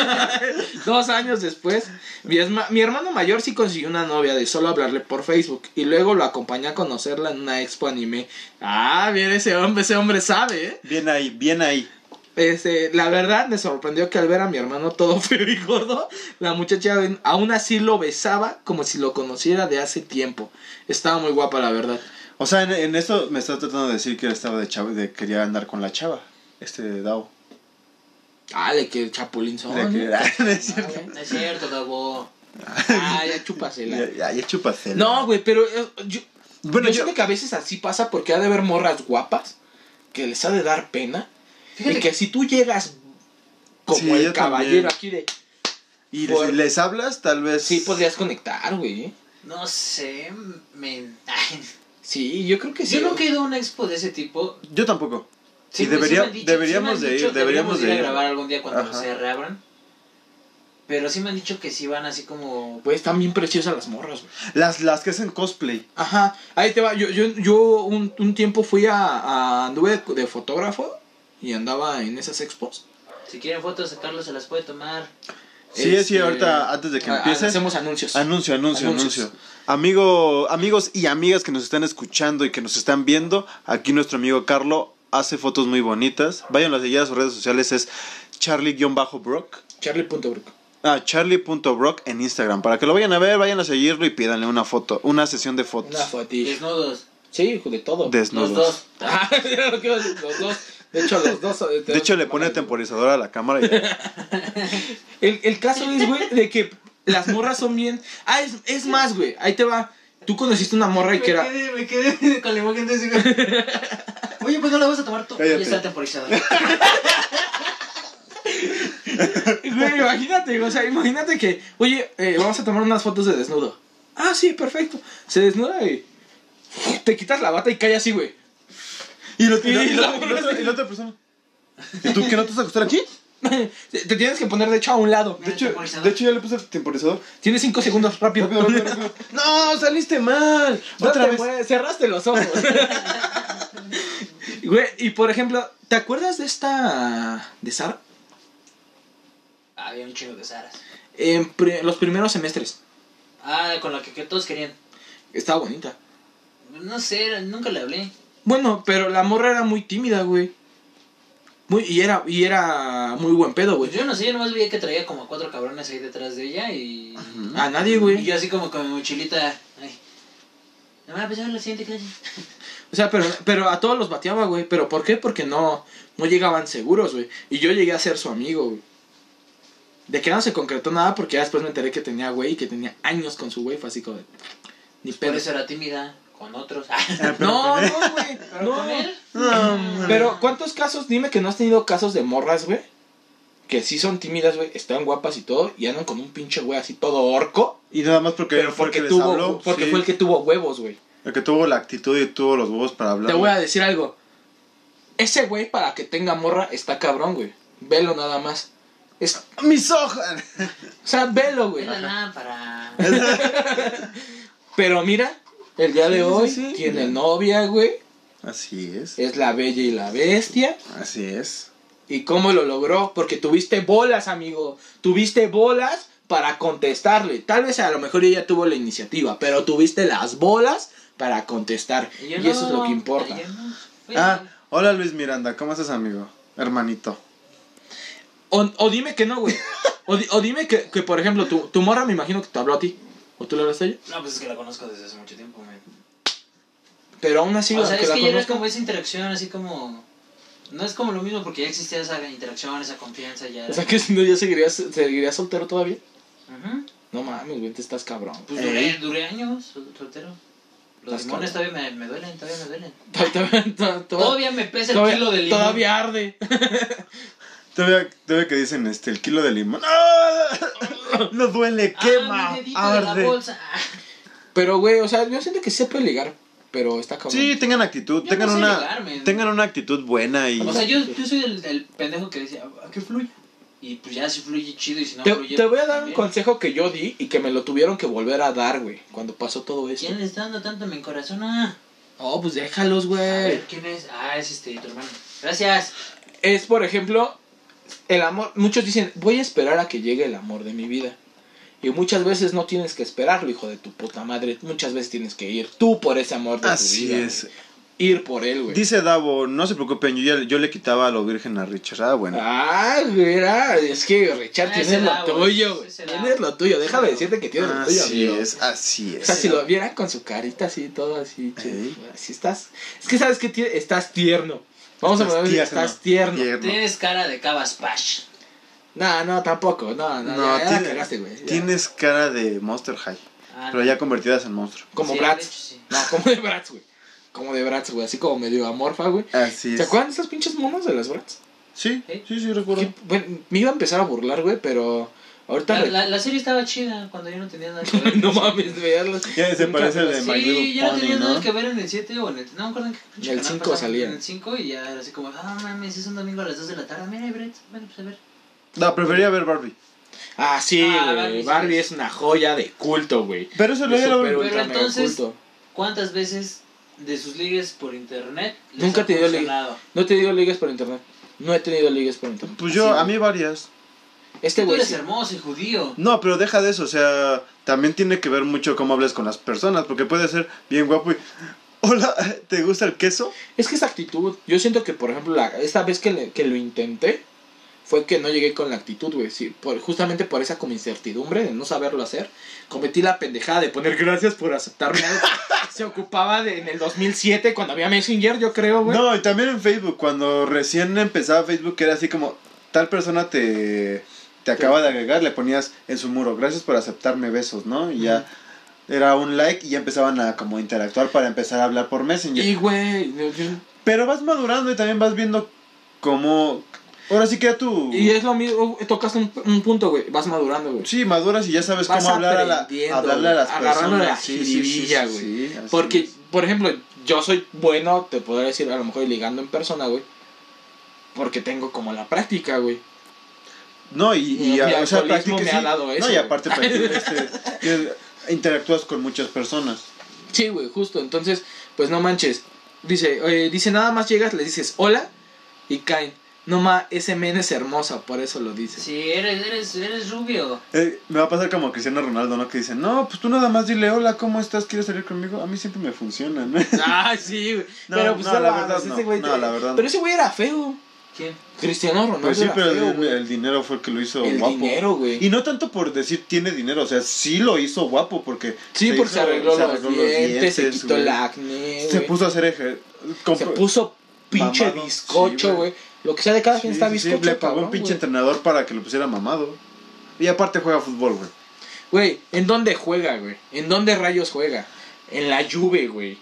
Dos años después, mi, esma- mi hermano mayor sí consiguió una novia de solo hablarle por Facebook y luego lo acompañé a conocerla en una expo anime. Ah, bien, ese hombre, ese hombre sabe, ¿eh? Bien ahí, bien ahí. Este, la verdad me sorprendió que al ver a mi hermano todo feo y gordo, la muchacha aún así lo besaba como si lo conociera de hace tiempo. Estaba muy guapa, la verdad. O sea, en, en esto me está tratando de decir que estaba de chava, de quería andar con la chava. Este Dao. Ah, de que el chapulín son. De que- ah, no es cierto. Madre. No es cierto, Gabo. Ah, ya chúpasela. Ya- ya- ya chúpasela. No, güey, pero eh, yo, Bueno, yo yo, siento que a veces así pasa porque ha de haber morras guapas que les ha de dar pena. Fíjate Y que si tú llegas como Sí, yo el también. caballero aquí de... y por- si les hablas, tal vez. Sí, pues podrías conectar, güey. ¿eh? No sé, men. Ay, Sí, yo creo que sí. Yo nunca he ido a una expo de ese tipo. Yo tampoco. Sí, Y me- sí debería- me han dicho- deberíamos sí me han de ir, dicho, deberíamos de ir ir. a grabar algún día cuando Ajá. se reabran. Pero sí me han dicho que sí van así como. Pues están bien preciosas las morras, güey. Las, las que hacen cosplay. Ajá, ahí te va. Yo, yo, yo un, un tiempo fui a, a- anduve de, de fotógrafo y andaba en esas expos. Si quieren fotos, Carlos se las puede tomar. Sí, sí, Este, ahorita, antes de que a- a- empieces. Hacemos anuncios. Anuncio, anuncio, Anuncios. anuncio. Amigo, amigos y amigas que nos están escuchando y que nos están viendo, aquí nuestro amigo Carlo hace fotos muy bonitas. Vayan a seguir a sus redes sociales, es charlie-brock. Charlie.brook. Ah, charlie.brock en Instagram. Para que lo vayan a ver, vayan a seguirlo y pídanle una foto, una sesión de fotos. Una fotilla. Desnudos. Sí, hijo de todo. Desnudos. Los dos. Ah, ya lo quiero decir, los dos. De hecho, los dos. eh, son- De hecho, le pone temporizador a la cámara y El, el caso es, güey, de que Las morras son bien. Ah, es, es más, güey. Ahí te va. Tú conociste una morra y Me que era. quedé, me quedé con la imagen de ese güey. Oye, pues no la vas a tomar tú. Cállate. Ya está temporizada. Güey, imagínate, o sea, imagínate que, oye, eh, vamos a tomar unas fotos de desnudo. Ah, sí, perfecto. Se desnuda y te quitas la bata y cae así, güey. Y, los, y, Y la- y la, la- y la otra- y la otra persona. ¿Y tú qué no te vas a acostar aquí? Te te tienes que poner, de hecho, a un lado. De hecho, Temporizador. de hecho ya le puse el temporizador. Tienes cinco segundos, rápido. Rápido, rápido, rápido. No, saliste mal. No Otra te vez. mueves, cerraste los ojos. Güey, y por ejemplo, ¿te acuerdas de esta. de Sara? Había un chingo de Saras. En pri- los primeros semestres. Ah, con la que, que todos querían. Estaba bonita. No sé, nunca le hablé. Bueno, pero la morra era muy tímida, güey. Muy, y era, y era muy buen pedo, Pues güey. yo no sé, yo nomás veía que traía como cuatro cabrones ahí detrás de ella y. A nadie, Y güey. yo así como con mi mochilita. Ay. No me va a empezar la siguiente clase. O sea, pero, pero a todos los bateaba, güey. ¿Pero por qué? Porque no, no llegaban seguros, güey. Y yo llegué a ser su amigo, güey. De que no se concretó nada porque ya después me enteré que tenía güey y que tenía años con su güey. Fue así como de... Ni Por pedo. eso era tímida, con otros. Ah, No, no, güey. Pues Pero no. con él. No, Pero, ¿cuántos casos? Dime que no has tenido casos de morras, güey. Que sí son tímidas, güey. Están guapas y todo. Y andan con un pinche güey así todo orco. Y nada más porque, pero fue el porque, que les tuvo, habló, porque sí. fue el que tuvo huevos, güey. El que tuvo la actitud y tuvo los huevos para hablar. Te voy a decir algo. Ese güey, para que tenga morra, está cabrón, güey. Velo nada más. Es- o Mis ojos. sea, velo, Es güey. la lámpara. Pero mira, el día de Sí, sí, hoy sí. tiene novia, güey. Así es. Es la bella y la bestia. Así es. ¿Y cómo lo logró? Porque tuviste bolas, amigo. Tuviste bolas para contestarle. Tal vez a lo mejor ella tuvo la iniciativa, pero tuviste las bolas para contestar. Y, yo eso es lo que importa. yo no. Fui Ah, hola Luis Miranda, ¿cómo estás, amigo? Hermanito. O, o dime que no, güey. O, di- o dime que, que, por ejemplo, tu, tu morra me imagino que te habló a ti. ¿O tú le hablaste a ella? No, pues es que la conozco desde hace mucho tiempo, güey. Pero aún así, o sea, aunque es la que ya era conozca- como esa interacción, así como. No es como lo mismo porque ya existía esa interacción, esa confianza, ya. O sea, que si no, ya seguirías, seguirías soltero todavía. Ujú. No mames, güey, te estás cabrón. Pues Ey. duré, Eh. duré años sol- soltero. Los Estás limones todavía me, me duelen, todavía me duelen. Todavía, todavía- Todavía me pesa el todavía- kilo de limón. todavía arde. Todavía, todavía que dicen este, el kilo de limón. ¡Ah! No duele, Ah, quema, mi dedito de la arde. bolsa. Pero, güey, o sea, yo siento que sí se puede ligar, pero está cabrón. Sí, tengan actitud, Yo tengan no sé una ligarme. tengan una actitud buena y O sea, este. yo, yo soy el, el pendejo que decía, "Ah, que fluye. Y pues ya si fluye chido y si no Te, fluye. pues, te voy a dar un también. consejo que yo di y que me lo tuvieron que volver a dar, güey, cuando pasó todo esto. ¿Quién le está dando tanto a mi corazón? Ah, Oh, pues déjalos, a güey. ver, ¿quién es? Ah, es este, tu hermano. Gracias. Es, por ejemplo, el amor. Muchos dicen, voy a esperar a que llegue el amor de mi vida. Y muchas veces no tienes que esperarlo, hijo de tu puta madre. Muchas veces tienes que ir tú por ese amor de tu así vida. es. güey. Ir por él, güey. Dice Davo, no se preocupen, yo ya- yo le quitaba lo virgen a Richard. Ah, bueno. Ah, mira, es que Richard Ah, tienes ese lo da, güey, tuyo, güey. ese da. Tienes lo tuyo, déjame Ese da. decirte que tienes lo tuyo, así amigo. es, así O sea, es. si lo vieran con su carita así, todo así, chido, Ey. güey, así estás. Es que sabes que tie- estás tierno. Vamos a poner estás tierno. Tienes cara de Cabas Pash. No, no, tampoco. No, no, No, ya, ya la tiene- cagaste, güey. ya. tienes cara de Monster High, Ah, pero no. ya convertidas en monstruo. Como Sí, Bratz. de hecho, sí. No, como de Bratz, güey. Como de Bratz, güey. Así como medio amorfa, güey. Así es. ¿Se acuerdan de esas pinches monas de las Bratz? Sí, ¿Sí? sí, sí, recuerdo. Que, bueno, me iba a empezar a burlar, güey, pero ahorita. La, re- la- la serie estaba chida cuando yo no tenía nada que ver. no mames, vearlas. Ya se Nunca parece me al de las- My Little Sí, yo no Pony, tenía ¿no? nada que ver en el 7 o en el... No me acuerdo en qué pinche En el canal 5 pasaban, salía. En el 5 y ya era así como, ah, mames, es un domingo a las 2 de la tarde. Mira, hay Bratz, bueno, pues a ver. No, prefería ver Barbie. Ah, sí, Ah, güey. Barbie, sí, Barbie sí. es una joya de culto, güey. Pero eso lo Es era súper Pero ultra mega entonces- culto. ¿Cuántas veces de sus ligues por internet les Nunca ha te dio ligue. funcionado? No he tenido ligas por internet. No he tenido ligas por internet. Pues yo, Así, a mí varias. Este Tú güey. eres sí. hermoso y judío. No, pero deja de eso, o sea, también tiene que ver mucho cómo hables con las personas, porque puede ser bien guapo y... Hola, ¿te gusta el queso? Es que esa actitud. Yo siento que, por ejemplo, la- esta vez que, le- que lo intenté, fue que no llegué con la actitud, güey. Sí, por, justamente por esa como incertidumbre de no saberlo hacer, cometí la pendejada de poner gracias por aceptarme. algo que Se ocupaba de, en el 2007 cuando había Messenger, yo creo, güey. No, y también en Facebook, cuando recién empezaba Facebook era así como, tal persona te, te acaba de agregar, le ponías en su muro, gracias por aceptarme besos, ¿no? Y ya era un like y ya empezaban a como interactuar para empezar a hablar por Messenger. Y güey, yo- yo- Pero vas madurando y también vas viendo cómo... Ahora sí que a tu... y es lo mismo, tocas un, un punto, güey, vas madurando, güey. Sí, maduras y ya sabes Vas cómo hablar a la, aprendiendo, hablarle a las güey, agarrándole personas. la sí, sí, sí, jiribilla, sí, güey. sí, así Porque, es. por ejemplo, yo soy bueno, te podría decir, a lo mejor ligando en persona, güey. Porque tengo como la práctica, güey. No, y, y, Mi a- o sea, practica, alcoholismo me sí. ha dado eso, No, y güey. aparte practica, este, que interactúas con muchas personas. Sí, güey, justo. Entonces, pues no manches. Dice, eh, dice, nada más llegas, le dices hola y caen. No ma, ese men es hermosa, por eso lo dices. Sí, eres, eres, eres rubio. Eh, me va a pasar como Cristiano Ronaldo, ¿no? Que dice, no, pues tú nada más dile, hola, ¿cómo estás? ¿Quieres salir conmigo? A mí siempre me funciona, ¿no? Ah, sí, güey. No, pero pues no, no la mames, verdad no. ese güey No, te- la verdad Pero no. ese güey era feo. ¿Quién? Cristiano Ronaldo. Pues sí, era pero feo, el, güey. el dinero fue el que lo hizo El guapo. dinero, güey. Y no tanto por decir tiene dinero, o sea, sí lo hizo guapo porque... Sí, porque se hizo- arregló, se arregló los, dientes, se quitó güey. el acné. Se güey. puso a hacer ejercicio. Se puso pinche mamado. bizcocho, Sí, güey. güey. Lo que sea de cada quien está Sí, sí, bizcocho, le pagó cabrón, un pinche güey. entrenador para que lo pusiera mamado. Y aparte juega fútbol, güey. Güey, ¿en dónde juega, güey? ¿En dónde rayos juega? En la Juve, güey.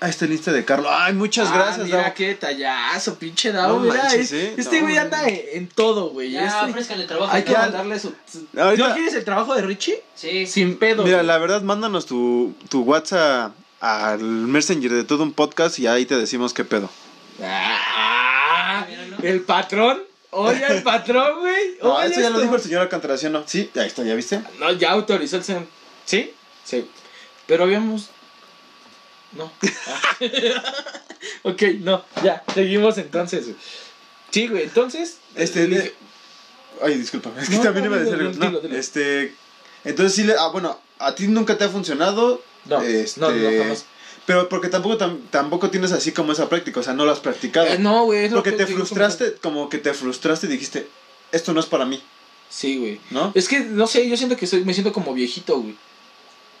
Ah, está lista de Carlos. Ay, muchas Ah, gracias, Mira Davo. qué detallazo, pinche Davo. No mira, manches, es- ¿eh? este No, güey no, anda no. en, en todo, güey. Ya, este- ofrézcanle trabajo. hay que ¿no? mandarle su. su- Ahorita- ¿No quieres el trabajo de Richie? Sí. Sin pedo. Mira, güey. la verdad, mándanos tu, tu WhatsApp al Messenger de todo un podcast y ahí te decimos qué pedo. Ah, el patrón. Oye, el patrón, güey. No, Oye, Ah, esto ya lo esto. dijo el señor Alcantara, ¿sí o no? Sí, ahí está, ¿ya viste? No, ya autorizó el CEN. ¿Sí? Sí. Pero habíamos. No. ok, no, ya, seguimos entonces. güey. Sí, güey, entonces. Este, le- de- Ay, disculpa, es que No, también no, iba a dilo, decir algo. dilo, No, dilo. este, entonces sí, le- ah, bueno, a ti nunca te ha funcionado. no, este, no, no, jamás. Pero porque tampoco, tam- tampoco tienes así como esa práctica, o sea, no lo has practicado. Eh, no, güey, es lo porque que te digo, frustraste, como que te frustraste y dijiste, esto no es para mí, como- Sí, güey. ¿no? Es que, no sé, yo siento que soy, me siento como viejito, güey.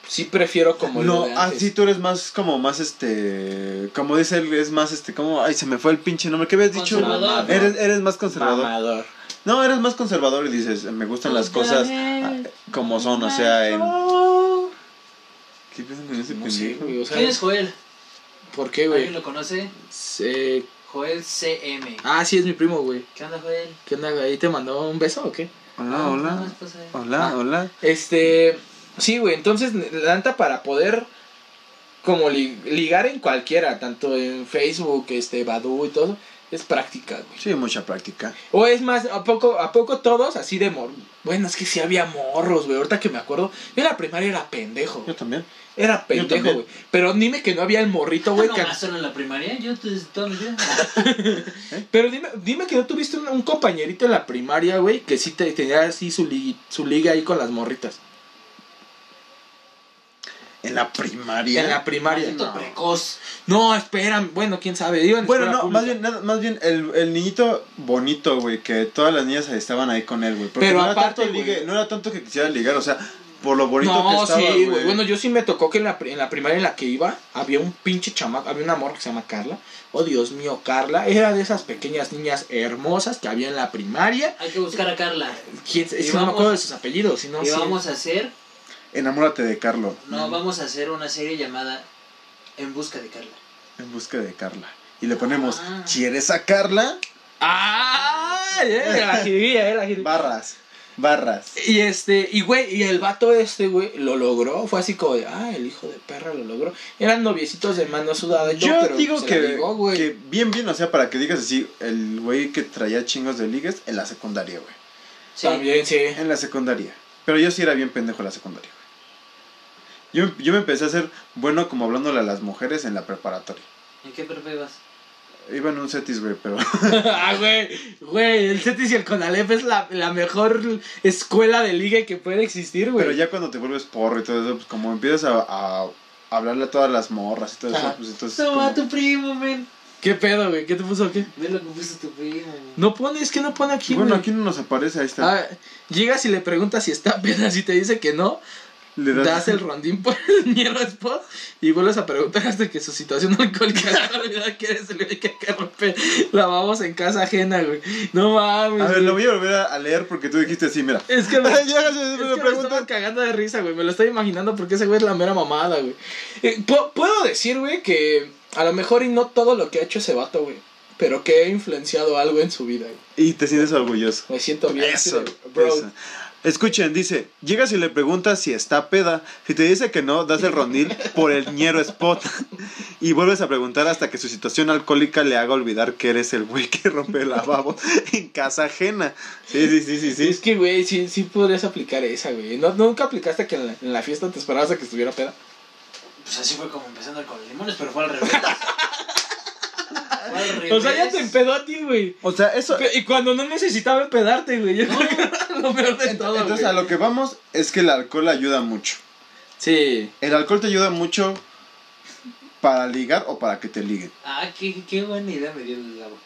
Sí prefiero como lo No, ah, de antes. así tú eres más, como más este, como dice él, es más este, como, ay, se me fue el pinche nombre, ¿qué habías dicho? Conservador. Eres, eres más conservador. Mamador. No, eres más conservador y dices, me gustan las cosas ah, como son, o sea, en... ¿Qué piensan con ese No sé, pendejo? güey, o sea, ¿Quién es Joel? ¿Por qué, ¿Alguien güey? lo conoce? Eh, Joel CM. ah, sí, es mi primo, güey. ¿Qué onda, Joel? ¿Qué onda, güey? ¿Ahí te mandó un beso o qué? Hola, No, hola, es cosa de- hola, Ah. hola. Este, sí, güey, entonces la neta para poder como li- ligar en cualquiera, tanto en Facebook, este, Badu y todo, es práctica, güey. Sí, mucha práctica. O es más, a poco a poco todos así de mor Bueno, es que sí había morros, güey, ahorita que me acuerdo, yo en la primaria era pendejo. Yo también. Era pendejo, también. güey. Pero dime que no había el morrito, güey, Ah, que- no, más solo en la primaria? Yo te- toda mi vida. Pero dime, dime que no tuviste un, un compañerito en la primaria, güey, que sí te, tenía así su, li- su liga ahí con las morritas. En la primaria. En la primaria. Maldito precoz. No, espérame, bueno, quién sabe. iba en Bueno, escuela no, pública. más bien, nada- más bien el, el niñito bonito, güey, que todas las niñas estaban ahí con él, güey. Porque Pero no era aparte, tanto ligue, güey. no era tanto que quisiera ligar, o sea, por lo bonito no, que estaba, sí, güey. Bueno, yo sí me tocó que en la, pri- en la primaria en la que iba había un pinche chamaco, había una morra que se llama Carla. Oh, Dios mío, Carla era de esas pequeñas niñas hermosas que había en la primaria. Hay que buscar a Carla. ¿Quién, es Y que no me vamos- acuerdo de sus apellidos, si no y sí. vamos a hacer. Enamórate de Carlo. No, vamos a hacer una serie llamada En busca de Carla. En busca de Carla. Y le ponemos, Ah. ¿quieres a Carla? Ah, ya la jiribilla, ya la jiribilla. Barras, barras. Y este, y güey, y el vato este, güey, lo logró. Fue así como de, ah, el hijo de perra lo logró. Eran noviecitos de mano sudada. y todo, Yo pero digo se que, la ligó, güey. que bien, bien, o sea, para que digas así, el güey que traía chingos de ligues en la secundaria, güey. Sí. También, sí. En la secundaria. Pero yo sí era bien pendejo en la secundaria, güey. Yo, yo me empecé a hacer bueno como hablándole a las mujeres en la preparatoria. ¿En qué prepa ibas? Iba en un Cetis, güey, pero... ah, güey, güey, el CETIS y el CONALEP es la, la mejor escuela de liga que puede existir, güey. Pero ya cuando te vuelves porro y todo eso, pues como empiezas a, a hablarle a todas las morras y todo Ajá. eso, pues entonces... No, a como- tu primo, men. ¿Qué pedo, güey? ¿Qué te puso o qué? Ve lo que puso tu primo. men. No pone, es que no pone aquí, Bueno, güey. aquí no nos aparece, ahí está. Ah, llegas y le preguntas si está apenas y te dice que no. Le das- das el rondín por el mierda spot y vuelves a preguntar hasta que su situación alcohólica se le olvida que eres el güey que acá rompe lavamos en casa ajena, güey. No mames. A ver, güey. lo voy a volver a a leer porque tú dijiste así, mira. Es que me, Llegas y es me que lo me preguntas. estaba cagando de risa, güey. Me lo estoy imaginando porque ese güey es la mera mamada, güey. Eh, pu- puedo decir, güey, que a lo mejor y no todo lo que ha hecho ese vato, güey. Pero que ha influenciado algo en su vida, güey. Y te sientes orgulloso. Me siento bien. así Eso, de, bro. eso. Escuchen, dice, llegas y le preguntas si está peda. Si te dice que no, das el rondil por el ñero spot. Y vuelves a preguntar hasta que su situación alcohólica le haga olvidar que eres el güey que rompe el lavabo en casa ajena. Sí, sí, sí, sí, Es sí. que, güey, sí, sí podrías aplicar esa, güey. ¿No, ¿Nunca aplicaste que en la, en la fiesta te esperabas a que estuviera peda? Pues así fue como empezando con los limones, pero fue al revés. Fue al revés. O sea, ya te empedó a ti, güey. O sea, eso... Pe- Y cuando no necesitaba empedarte, güey. Yo creo que era lo peor de todo, Entonces güey. a lo que vamos es que el alcohol ayuda mucho. Sí. El alcohol te ayuda mucho para ligar o para que te liguen. Ah, qué, qué buena idea me dio el Gabo.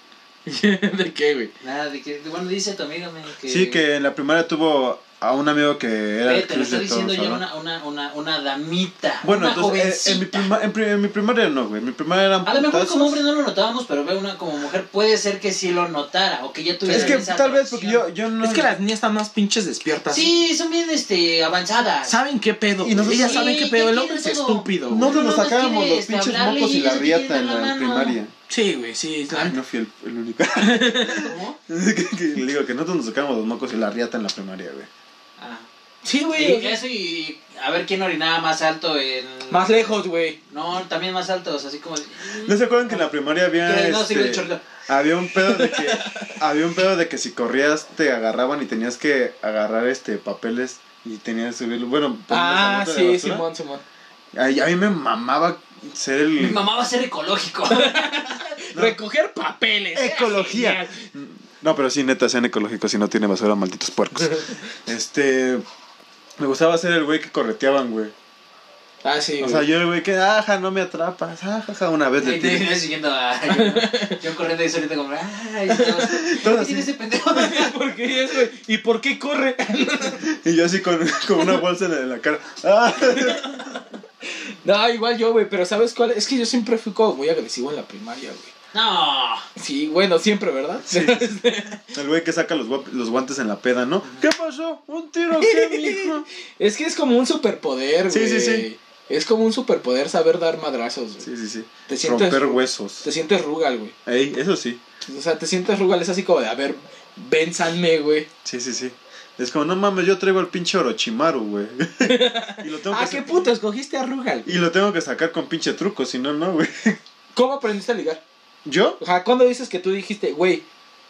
¿De qué, güey? Nada, de que. Bueno, dice tu amigo, men, que. Sí, que en la primaria tuvo a un amigo que era... Ve, el te crush lo está de todos, diciendo ya ¿no? una, una, una, una damita. Bueno, una entonces, eh, en, mi jovencita. prima- en, pri- en mi primaria no, güey. En mi primaria eran A lo mejor putazos. como hombre no lo notábamos, pero ve una como mujer puede ser que sí lo notara o que ya tuviera Es que esa tal vez porque yo, atracción. yo no. Es que las niñas están más pinches despiertas. Sí, son bien este avanzadas. ¿Saben qué pedo? Y nosotros- Ellas saben Sí, qué pedo. ¿qué El hombre es quieren todo? estúpido. güey. No Uno nos nomás sacábamos quiere, los este, pinches hablarle mocos y y la ellos te quieren riata en dar la la mano. primaria. Sí, güey, sí. la- Ay, no fui el, el único. ¿Cómo? Que- que- Le digo que nosotros nos sacábamos los mocos y la riata en la primaria, güey. Ah. Sí, Y güey. Pues, eso y a ver quién orinaba más alto en... Más lejos, güey. No, también más altos, así como... ¿No se acuerdan que en la primaria había. Que no, sigue el este, chorro. había un pedo de que. había un pedo de que si corrías te agarraban y tenías que agarrar este papeles y tenías que subirlo. Bueno, ponerlos al Ah, bote de sí, basura. Simón, Simón. Ay, a mí me mamaba ser el. Mi mamá va a ser ecológico. No. Recoger papeles. eh, era Ecología. genial. No, pero sí, neta, sean ecológicos si no tiene basura, malditos puercos. Este. Me gustaba ser el güey que correteaban, güey. Ah, sí. O güey. sea, yo el güey que, aja, no me atrapas, ajaja, una vez le Y te tiré. vienes siguiendo a... Yo corriendo y solito como... Ay, no. ¿Qué tiene ese pendejo? ¿Por qué es, güey? ¿Y por qué corre? Y yo así con, con una bolsa en la, en la cara. Ah. no, igual yo, güey, pero ¿sabes cuál? Es que yo siempre fui como muy agresivo en la primaria, güey. No. Sí, bueno, siempre, ¿verdad? Sí. El güey que saca los, guap- los guantes en la peda, ¿no? ¿Qué pasó? ¿Un tiro qué, mijo? es que es como un superpoder, Sí, güey. sí, sí. Es como un superpoder saber dar madrazos, güey. Sí, sí, sí. Te sientes, Romper te huesos. sientes rugal, güey. Ey, eso sí. O sea, te sientes rugal, es así como de, a ver, venzanme, güey. Sí, sí, sí. Es como, no mames, yo traigo el pinche Orochimaru, güey. y lo tengo Ah, que qué sa- puto, escogiste a rugal. Y lo tengo que sacar con pinche truco, si no, no, güey. ¿Cómo aprendiste a ligar? ¿Yo? O sea, ¿cuándo dices que tú dijiste, güey,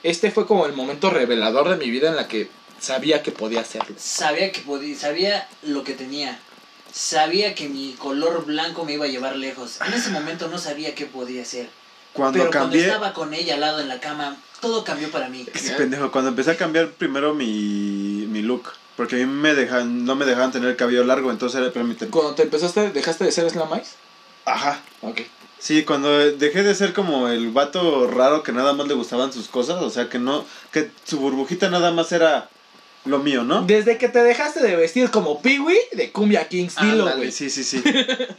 este fue como el momento revelador de mi vida en la que sabía que podía hacerlo? Sabía que podía... Sabía lo que tenía. Sabía que mi color blanco me iba a llevar lejos. En ese momento no sabía qué podía hacer. Cuando pero cambié. cuando estaba con ella al lado en la cama, todo cambió para mí. Ese pendejo, cuando empecé a cambiar primero mi, mi look, porque a mí me dejan, no me dejaban tener el cabello largo, entonces era permite. Cuando te empezaste, dejaste de ser Slamais. Ajá. Ok. Sí, cuando dejé de ser como el vato raro que nada más le gustaban sus cosas, o sea que no, que su burbujita nada más era lo mío, ¿no? Desde que te dejaste de vestir como Peewee de Cumbia Kings, dilo, Ándale, güey. sí, sí, sí.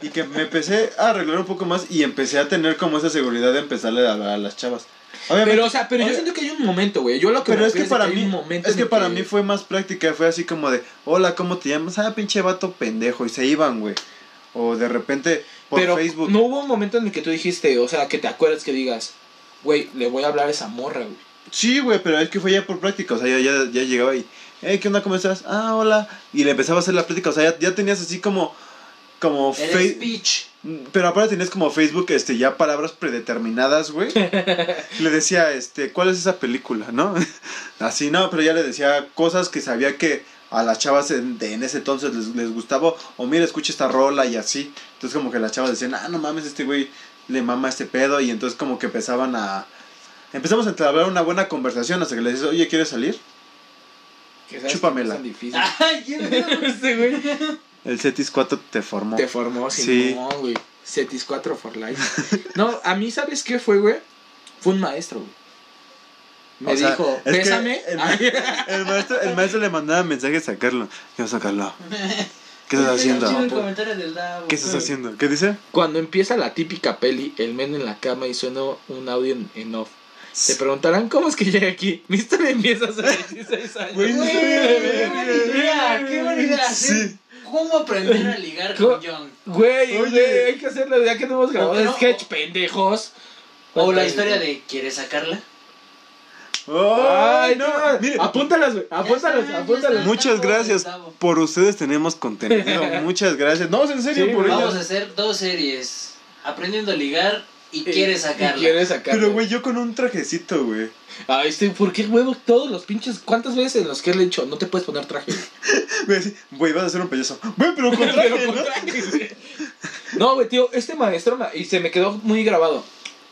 Y que me empecé a arreglar un poco más y empecé a tener como esa seguridad de empezarle a hablar a las chavas. Obviamente- Pero, o sea, pero yo obvia- siento que hay un momento, güey. Yo lo que Pero me es que refiero para hay mí, un momento es en que el para mí fue más práctica, fue así como de, hola, ¿cómo te llamas? Ah, pinche vato pendejo, y se iban, güey. O de repente por pero Facebook. No hubo un momento en el que tú dijiste, o sea, que te acuerdas que digas, güey, le voy a hablar a esa morra, güey. Sí, güey, pero es que fue ya por práctica, o sea, ya, ya, ya llegaba y, hey, ¿qué onda? ¿Cómo estás? Ah, hola. Y le empezaba a hacer la práctica, o sea, ya, ya tenías así como, como El Facebook. speech. Pero aparte tenías como Facebook, este, ya palabras predeterminadas, güey. le decía, este, ¿cuál es esa película, no? Así, no, pero ya le decía cosas que sabía que a las chavas en, de- en ese entonces les, les gustaba. O mira, escucha esta rola y así. Entonces como que las chavas decían, ah, no mames, este güey le mama este pedo. Y entonces como que empezaban a... Empezamos a entablar una buena conversación hasta que le dices, oye, ¿quieres salir? Que sabes Chúpamela. Ah. que no es tan difícil. Ay, Este güey El Cetis 4 te formó. te formó, Sí. Simón, güey. Cetis 4 for life. No, a mí, ¿sabes qué fue, güey? Fue un maestro, güey. Me O sea, dijo, es que bésame. el- Ay. El maestro, el maestro le mandaba mensajes a Carlos. Yo, Carlos, ¿Qué estás Este, haciendo? chido el comentario del Davo, ¿Qué estás güey. haciendo? ¿Qué dice? Cuando empieza la típica peli, el men en la cama y suena un audio en, en off. Se preguntarán cómo es que llegué aquí. Mi historia empieza hace 16 años. Güey, no Güey, ¡Qué buena idea! ¡Qué buena idea! Sí. ¿Cómo aprender a ligar con John? Güey, Oye. güey, hay que hacerlo ya que no hemos grabado O que el no- sketch, pendejos. O la historia de ¿Quieres sacarla? Ay, ¡Ay, no. Ah, no! Mire, Apúntalas, güey. Apúntalas, está, ya apúntalas. está. muchas gracias. Por ustedes tenemos contenido. Muchas gracias. No, en serio, Sí, por güey. ellas. Vamos a hacer dos series. Aprendiendo a ligar y Y- ¿Quieres y sacarla? Quieres sacarla. Pero, güey, yo con un trajecito, güey. Ay, este, ¿por qué huevo todos los pinches? ¿Cuántas veces en los que le he dicho no te puedes poner traje? Güey, así, güey, vas a ser un payaso. Güey, pero con traje, Pero con ¿no? traje, güey. No, güey, tío, este maestro, ma- y se me quedó muy grabado.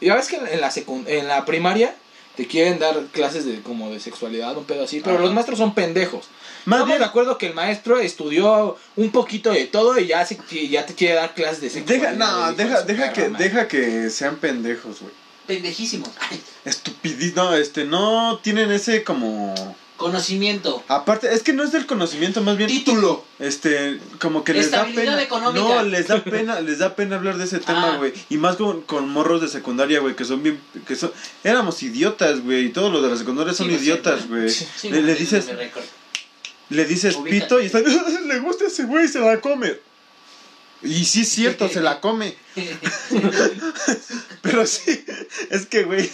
Ya ves que en la, secun- en la primaria te quieren dar clases de como de sexualidad, un pedo así, pero Ajá. los maestros son pendejos. Más Estamos bien, de acuerdo que el maestro estudió un poquito de todo y ya, se, qui- ya te quiere dar clases de deja, sexualidad. no, hijo de deja, su deja perra que, madre. deja que sean pendejos, güey. Pendejísimos. Ay, Estupidis, no, este, no tienen ese como... Conocimiento. Aparte, es que no es del conocimiento, más bien... Título. Este, como que les da Estabilidad pena. económica. No, les da pena, les da pena hablar de ese tema, Ah. güey. Y más con, con morros de secundaria, güey, que son bien, que son, éramos idiotas, güey. Y todos los de la secundaria son Sí, lo sé, idiotas, güey. le, le dices, me recuerdo. le dices Ubícate. pito y está, le gusta ese güey, se la come. Y sí es cierto, se la come. Pero sí, es que, güey,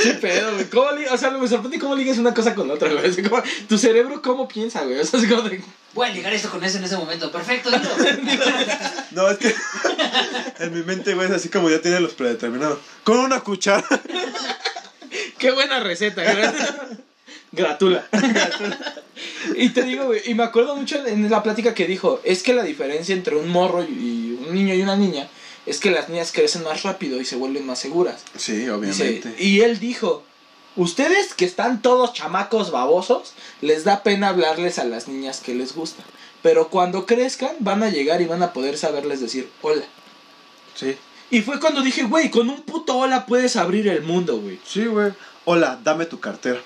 ¿Qué pedo, güey? ¿Cómo li- O sea, me sorprende cómo ligas una cosa con otra, güey. O sea, ¿cómo- tu cerebro, ¿cómo piensa, güey? O sea, es como de- Voy a ligar esto con ese en ese momento. Perfecto, dilo. no, es que en mi mente, güey, es así como ya tiene los predeterminados. Con una cuchara. Qué buena receta, gracias. Gratula. y te digo, güey, y me acuerdo mucho en la plática que dijo, es que la diferencia entre un morro y un niño y una niña es que las niñas crecen más rápido y se vuelven más seguras. Sí, Dice, obviamente. y él dijo, ustedes que están todos chamacos babosos, les da pena hablarles a las niñas que les gusta. Pero cuando crezcan van a llegar y van a poder saberles decir hola. Sí. Y fue cuando dije, güey, con un puto hola puedes abrir el mundo, güey. Sí, güey. Hola, dame tu cartera.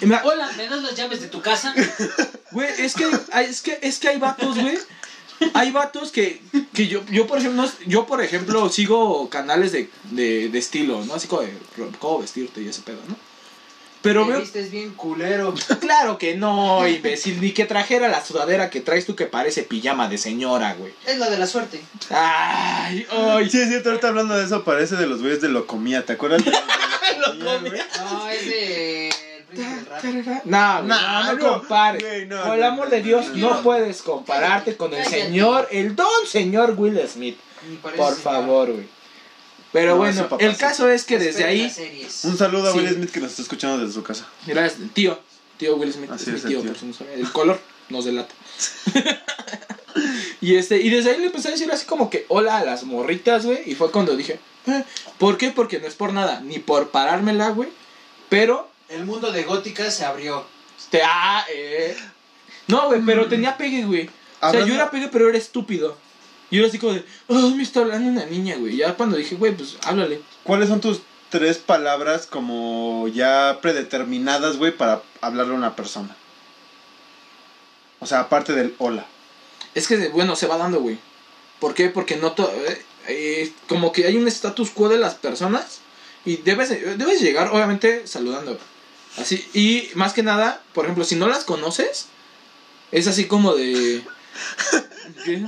Y me- Hola, ¿me das las llaves de tu casa? Güey, es que, hay- es que, es que hay vatos, güey. Hay vatos que, que yo, yo, por ejemplo, no- yo, por ejemplo, sigo canales de, de, de estilo, ¿no? Así como de ro- cómo vestirte y ese pedo, ¿no? Pero Me veo, vistes bien culero. claro que no, imbécil, ni que trajera la sudadera que traes tú que parece pijama de señora, güey. Es la de la suerte. Ay, ay. Sí, es cierto, ahorita hablando de eso, parece de los güeyes de Locomía, ¿te acuerdas? De los de Locomía, güey? No, es de. El príncipe del No, rap. güey, Nah, no, no no, compares. güey, no, Por el no, amor no, de no, Dios, no, no no. puedes compararte con el Cállate. señor, el don señor Will Smith. Ni parece Por señor. favor, güey. Pero No, bueno, ese papá el sí. caso es que desde Esperen ahí. las series. Un saludo a Sí. Will Smith que nos está escuchando desde su casa. Gracias, tío. Tío Will Smith. Así es es, mi el tío, tío. por si no sabía. El color nos delata. y este, y desde ahí le empecé a decir así como que hola a las morritas, güey. Y fue cuando dije, "Eh, ¿por qué? Porque no es por nada, ni por parármela, güey. Pero El mundo de gótica se abrió. te ah, eh. No, güey, pero tenía pegue, güey. O sea, Mm. Hablando- yo era pegue, pero era estúpido. Y era así como de, oh, me está hablando una niña, güey. Ya cuando dije, güey, pues háblale. ¿Cuáles son tus tres palabras como ya predeterminadas, güey, para hablarle a una persona? O sea, aparte del hola. Es que, bueno, se va dando, güey. ¿Por qué? Porque no to- eh, eh, como que hay un status quo de las personas y debes, eh, debes llegar, obviamente, saludando. Así, y más que nada, por ejemplo, si no las conoces, es así como de... ¿Qué?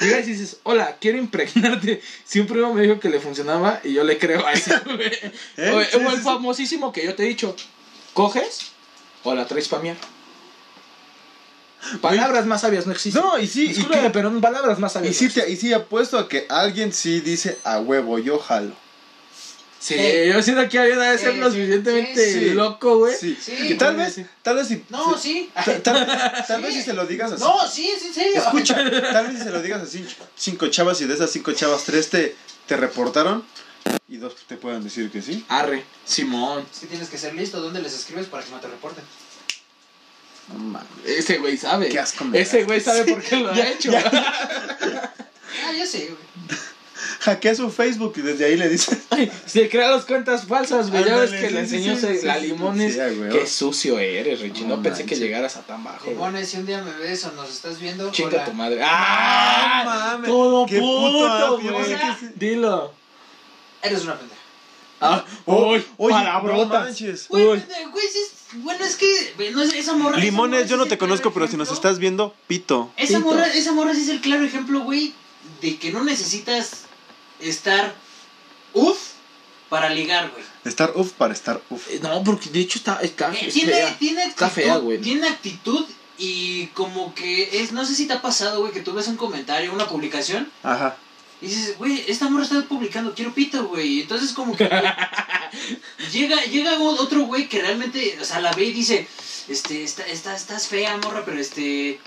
Llegas y dices, hola, quiero impregnarte. Si un primo me dijo que le funcionaba y yo le creo a ese, güey. ¿Eh? O- Sí, o el sí, sí. famosísimo que yo te he dicho, coges o la traes pa' mí. Palabras más sabias no existen. No, y sí, y, Discúlpame, que- pero en palabras más y sabias. sí, te- y sí apuesto a que alguien sí dice a huevo, yo jalo. Sí, Eh. yo siento que había de ser Eh, lo sí, suficientemente sí. loco, güey. Sí. Sí. Que tal Oye, vez, ¿Eh? sí. tal vez si... No, si- sí. ta- Tal, tal Sí. vez si se lo digas así. No, sí, es en serio. Escucha, tal vez si se lo digas a cin- cinco chavas y de esas cinco chavas, tres te, te reportaron y dos te pueden decir que sí. Arre, Simón. Es que tienes que ser listo. ¿Dónde les escribes para que no te reporten? No mames. Ese güey sabe. Qué asco me Ese da. güey sabe por qué lo ha hecho. Ah, ya sé, güey. hackea su Facebook y desde ahí le dice. Ay, se crean las cuentas falsas, güey. Ya ves Ándale, que le sí, enseñó sí, sí, ese- la sí, sí, limones. sí, a huevo. Qué sucio eres, Richie. No, No pensé que manches. llegaras a tan bajo. güey. Limones, si un día me ves o nos estás viendo. Chinga hola. tu madre. ¡Ah! mames! Todo ¡Qué puto puto, apio! güey. Yo pensé Dilo. Eres una pendeja. Ah, Oh, uy, oye, no palabrotas. manches. Güey, Uy. pendejo, güey, sí es- bueno, es que güey, no es, esa morra. esa morra Limones, sí yo no es te el claro conozco, pero si nos ejemplo- estás viendo, pito. Esa Pito. morra, esa morra sí es el claro ejemplo, güey, de que no necesitas estar uff para ligar, güey. Estar uff para estar uff. Eh, no, porque de hecho está, está Eh, es tiene, fea. tiene actitud, Está fea, güey. Tiene actitud y como que es, no sé si te ha pasado, güey, que tú ves un comentario, una publicación Ajá. y dices, güey, esta morra está publicando, quiero pito, güey. Y Entonces como que güey, llega, llega o- otro güey que realmente, o sea, la ve y dice, este, esta, esta, estás fea, morra, pero este,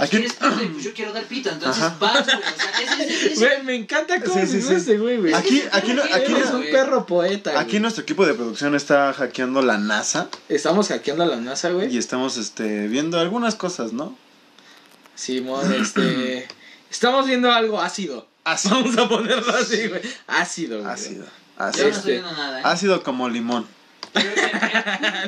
Aquí. ¿quieres pito? Y pues yo quiero dar pito, entonces Ajá. vas, güey. O sea, ese- ese- ese- Güey, me encanta cómo Sí, se sí, llama sí. ese güey, güey. Aquí, aquí, no- aquí, Eres no- un perro poeta. aquí güey. nuestro equipo de producción está hackeando la NASA Estamos hackeando a la NASA, güey. y estamos este, viendo algunas cosas, ¿no? Simón, este. Estamos viendo algo ácido. Ácido. Vamos a ponerlo así, güey. Ácido, güey. Ácido. Yo no Ácido. Este, estoy viendo nada, ¿eh? Ácido como limón. Pero el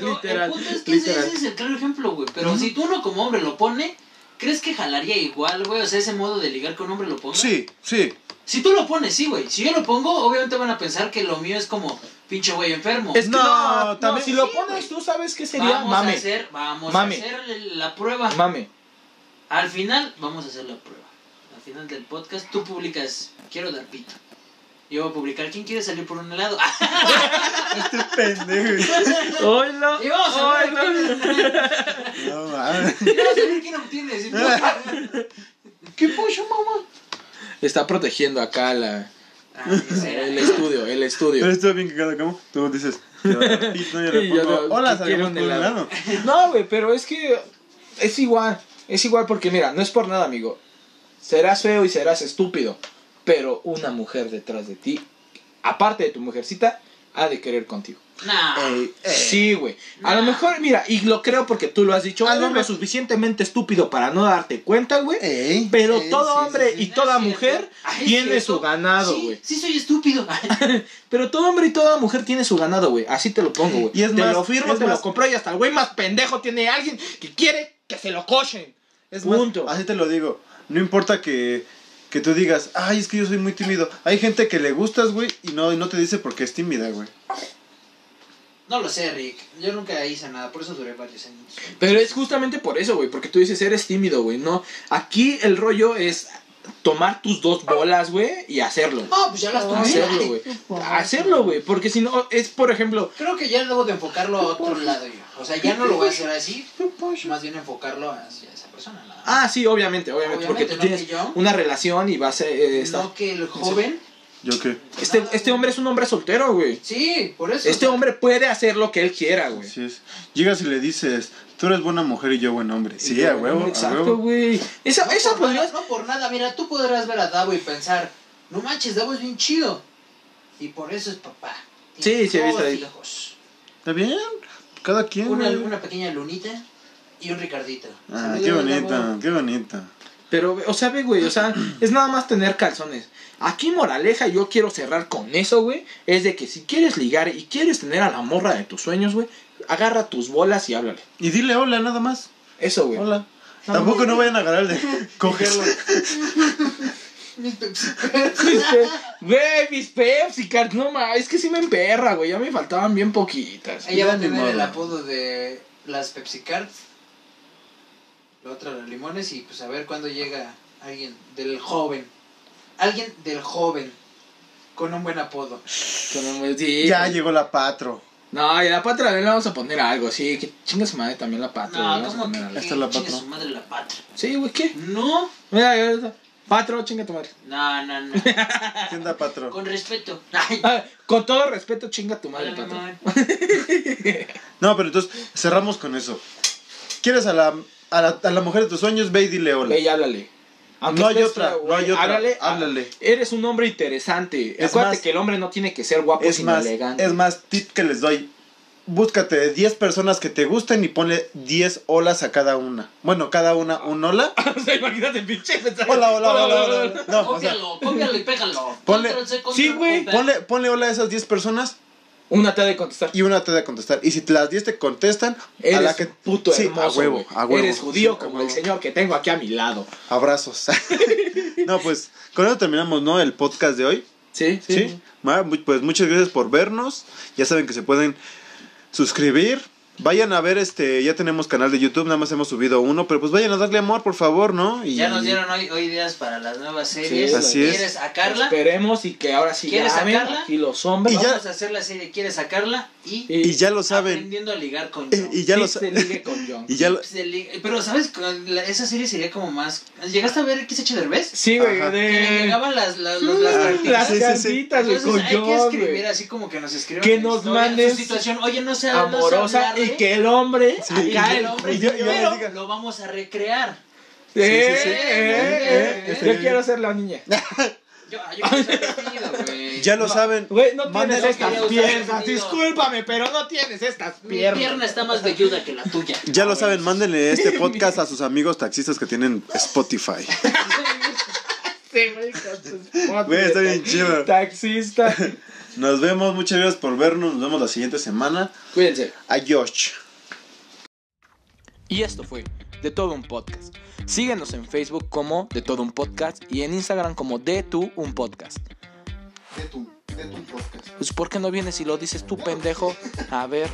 punto- Literal, El punto es que literal. Ese, ese es el claro ejemplo, güey. Pero si tú uno como hombre lo pone, ¿crees que jalaría igual, güey? O sea, ese modo de ligar con hombre lo ponga. Sí, sí. Si tú lo pones, sí, güey. Si yo lo pongo, obviamente van a pensar que lo mío es como pinche güey enfermo. Es que No, no, no, también- si lo Sí, pones tú, ¿sabes qué sería? vamos mame. a hacer, vamos Mame. a hacer la prueba. Mame. Al final, vamos a hacer la prueba. Al final del podcast, tú publicas, quiero dar pito. Yo voy a publicar, ¿quién quiere salir por un helado? "Ah, Este pendejo. Oilo. y vamos a ver, oilo. quién- No mames. y vamos a ver quién obtiene. si no- ¿Qué pollo, mamá? Está protegiendo acá la, Ah, esa era. el estudio, el estudio. Pero estuvo bien cagado, ¿cómo? Tú dices, yo le pito, yo le Y yo pongo, digo, hola, ¿qué quiero, salimos un por un helado? helado. No, güey, pero es que es igual. Es igual porque, mira, no es por nada, amigo. Serás feo y serás estúpido. Pero una mujer detrás de ti, aparte de tu mujercita, ha de querer contigo. Nah. Eh, Ey, ey. Sí, güey. A lo Nah. mejor, mira, y lo creo porque tú lo has dicho, A eres lo lo me- suficientemente estúpido para no darte cuenta, güey. Ey, Pero ey, todo sí, sí, hombre sí. y toda No es mujer cierto. Ah, es tiene cierto. su ganado, Sí, güey. Sí, soy estúpido. Pero todo hombre y toda mujer tiene su ganado, güey. Así te lo pongo, güey. Y es te más, lo firmo, es te lo más- compro y hasta el güey más pendejo tiene alguien que quiere que se lo cochen. Es más, Punto. así te lo digo. No importa que, que tú digas, ay, es que yo soy muy tímido. Hay gente que le gustas, güey, y no, y no te dice porque es tímida, güey. no lo sé, Rick. Yo nunca hice nada, por eso duré varios años. Pero es justamente por eso, güey. Porque tú dices, eres tímido, güey. No. Aquí el rollo es tomar tus dos bolas, güey, y hacerlo. Ah, pues ya las tomé. Hacerlo, güey. Hacerlo, güey. Porque si no, es por ejemplo. Creo que ya debo de enfocarlo a otro lado yo. O sea, ya no lo voy a hacer así. Más bien enfocarlo hacia esa persona. nada más. Ah, sí, obviamente, obviamente. porque tú Obviamente, no tienes que yo. una relación y vas a. eh, estar- no que el joven. ¿Yo qué? este, nada, este güey. hombre es un hombre soltero, güey. Sí, por eso. Este hombre puede hacer lo que él quiera, güey. Así es. Llegas y le dices, tú eres buena mujer y yo buen hombre. Sí, Y a yo, huevo, a Exacto, huevo. güey. Esa, No, pues, esa por nada, podría. no por nada, mira, tú podrás ver a Davo y pensar, no manches, Davo es bien chido. Y por eso es papá. Tiene Sí, sí, he visto dos ahí. hijos. ¿Está bien? Cada quien, Una, güey. una pequeña lunita y un Ricardito. Ah, Saludos, qué Davo. bonita, qué bonita. Pero, o sea, ve, güey, o sea, es nada más tener calzones. Aquí, moraleja, yo quiero cerrar con eso, güey. Es de que si quieres ligar y quieres tener a la morra de tus sueños, güey, agarra tus bolas y háblale. Y dile hola, nada más. Eso, güey. Hola. Tampoco no vayan a agarrar el de cogerlo. Mis pepsiperos. Mis pe- Este, Güey, mis Pepsi, car- no ma, es que sí me emperra, güey. Ya me faltaban bien poquitas. Ella va a Ni tener el modo. apodo de las Pepsi Cards. La otra los limones y pues a ver cuándo llega alguien del joven. Alguien del joven con un buen apodo. Este, Con un- sí, Ya güey. llegó la patro. No, y a la patra también le vamos a poner algo, sí. Que chinga su madre también la patra. le No, vamos a ¿cómo poner que, algo. que Esta es la chingue patria. su madre la patria? Sí, güey, ¿qué? No, Mira, ya está. Patro, chinga tu madre. no, no, no. ¿Quién da patro? Con respeto. Ay, Ah, con todo respeto, chinga tu madre, hola, mi Patro. amor. No, pero entonces cerramos con eso. ¿Quieres a la, a la, a la mujer de tus sueños? Ve y dile hola. Ve y háblale. No estés hay otra, feo, no güey, hay otra. Háblale. Háblale. Eres un hombre interesante. Es Acuérdate más- que el hombre no tiene que ser guapo, Es sino más, elegante. es más, tip que les doy. búscate 10 personas que te gusten y ponle 10 olas a cada una. Bueno, cada una un hola. O sea, imagínate, pinche. mensaje. Hola, hola, hola, hola. hola. No, o sea, Cópialo, cópialo y pégalo. Ponle- Control C, control Sí, güey, J. ponle, ponle hola a esas 10 personas Una te ha de contestar. y una te da a contestar. Y si te- las 10 te contestan, a Eres la que. puto sí, hermoso. a huevo, güey. a huevo. Eres judío Sí, a como huevo. el señor que tengo aquí a mi lado. Abrazos. no, pues con eso terminamos, ¿no? El podcast de hoy. Sí, ¿Sí? Ma, mu- Pues muchas gracias por vernos. Ya saben que se pueden suscribir. Vayan a ver, este, ya tenemos canal de YouTube, nada más hemos subido uno, pero pues vayan a darle amor, por favor, ¿no? Y Ya nos dieron hoy, hoy ideas para las nuevas series. Sí, así es. ¿Quieres sacarla? Esperemos y que ahora sí ¿Quieres llamen sacarla? aquí los hombres. Y ya- Vamos a hacer la serie ¿Quieres sacarla? Y, Y ya lo saben. aprendiendo a ligar con Eh, John. Y ya lo Sí, se saben. ligue con John. Y ya lo- Tips de liga. Pero, ¿sabes? Con la- esa serie sería como más... ¿Llegaste a ver XH Derbez? Sí, güey, Ajá. Ah, Que le de... llegaban las, las, los- las Mm, Las cartitas. Sí, sí, sí. cartitas, güey, Entonces con hay que John, escribir güey. así como que nos escriban Que la nos historia, mandes su situación. Oye, no sé no sé Amorosa hablarle. y que el hombre... Sí. Y acá el- que el hombre y yo- yo pero le diga- lo vamos a recrear. Sí, Sí, sí, sí. eh, eh, eh, Sí, sí, sí. Yo quiero ser la niña. Yo, ah, yo quiero ser vestido, güey. Ya lo saben. Güey, no tienes Mándenlo. estas Quería usar piernas. sonido. Discúlpame, pero no tienes estas Mi piernas. pierna está más velluda que la tuya. Ya lo saben, mándenle este podcast a sus amigos taxistas que tienen Spotify. Sí, güey, con sus fotos Güey, está de bien chido. Taxista. Nos vemos, muchas gracias por vernos. Nos vemos la siguiente semana. Cuídense. Adiós. Y esto fue De Todo Un Podcast. Síguenos en Facebook como De Todo Un Podcast y en Instagram como De Tu Un Podcast. de tu, de tu podcast. Pues ¿por qué no vienes y lo dices tú, pendejo? A ver.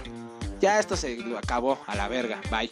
Ya esto se acabó, a la verga. Bye.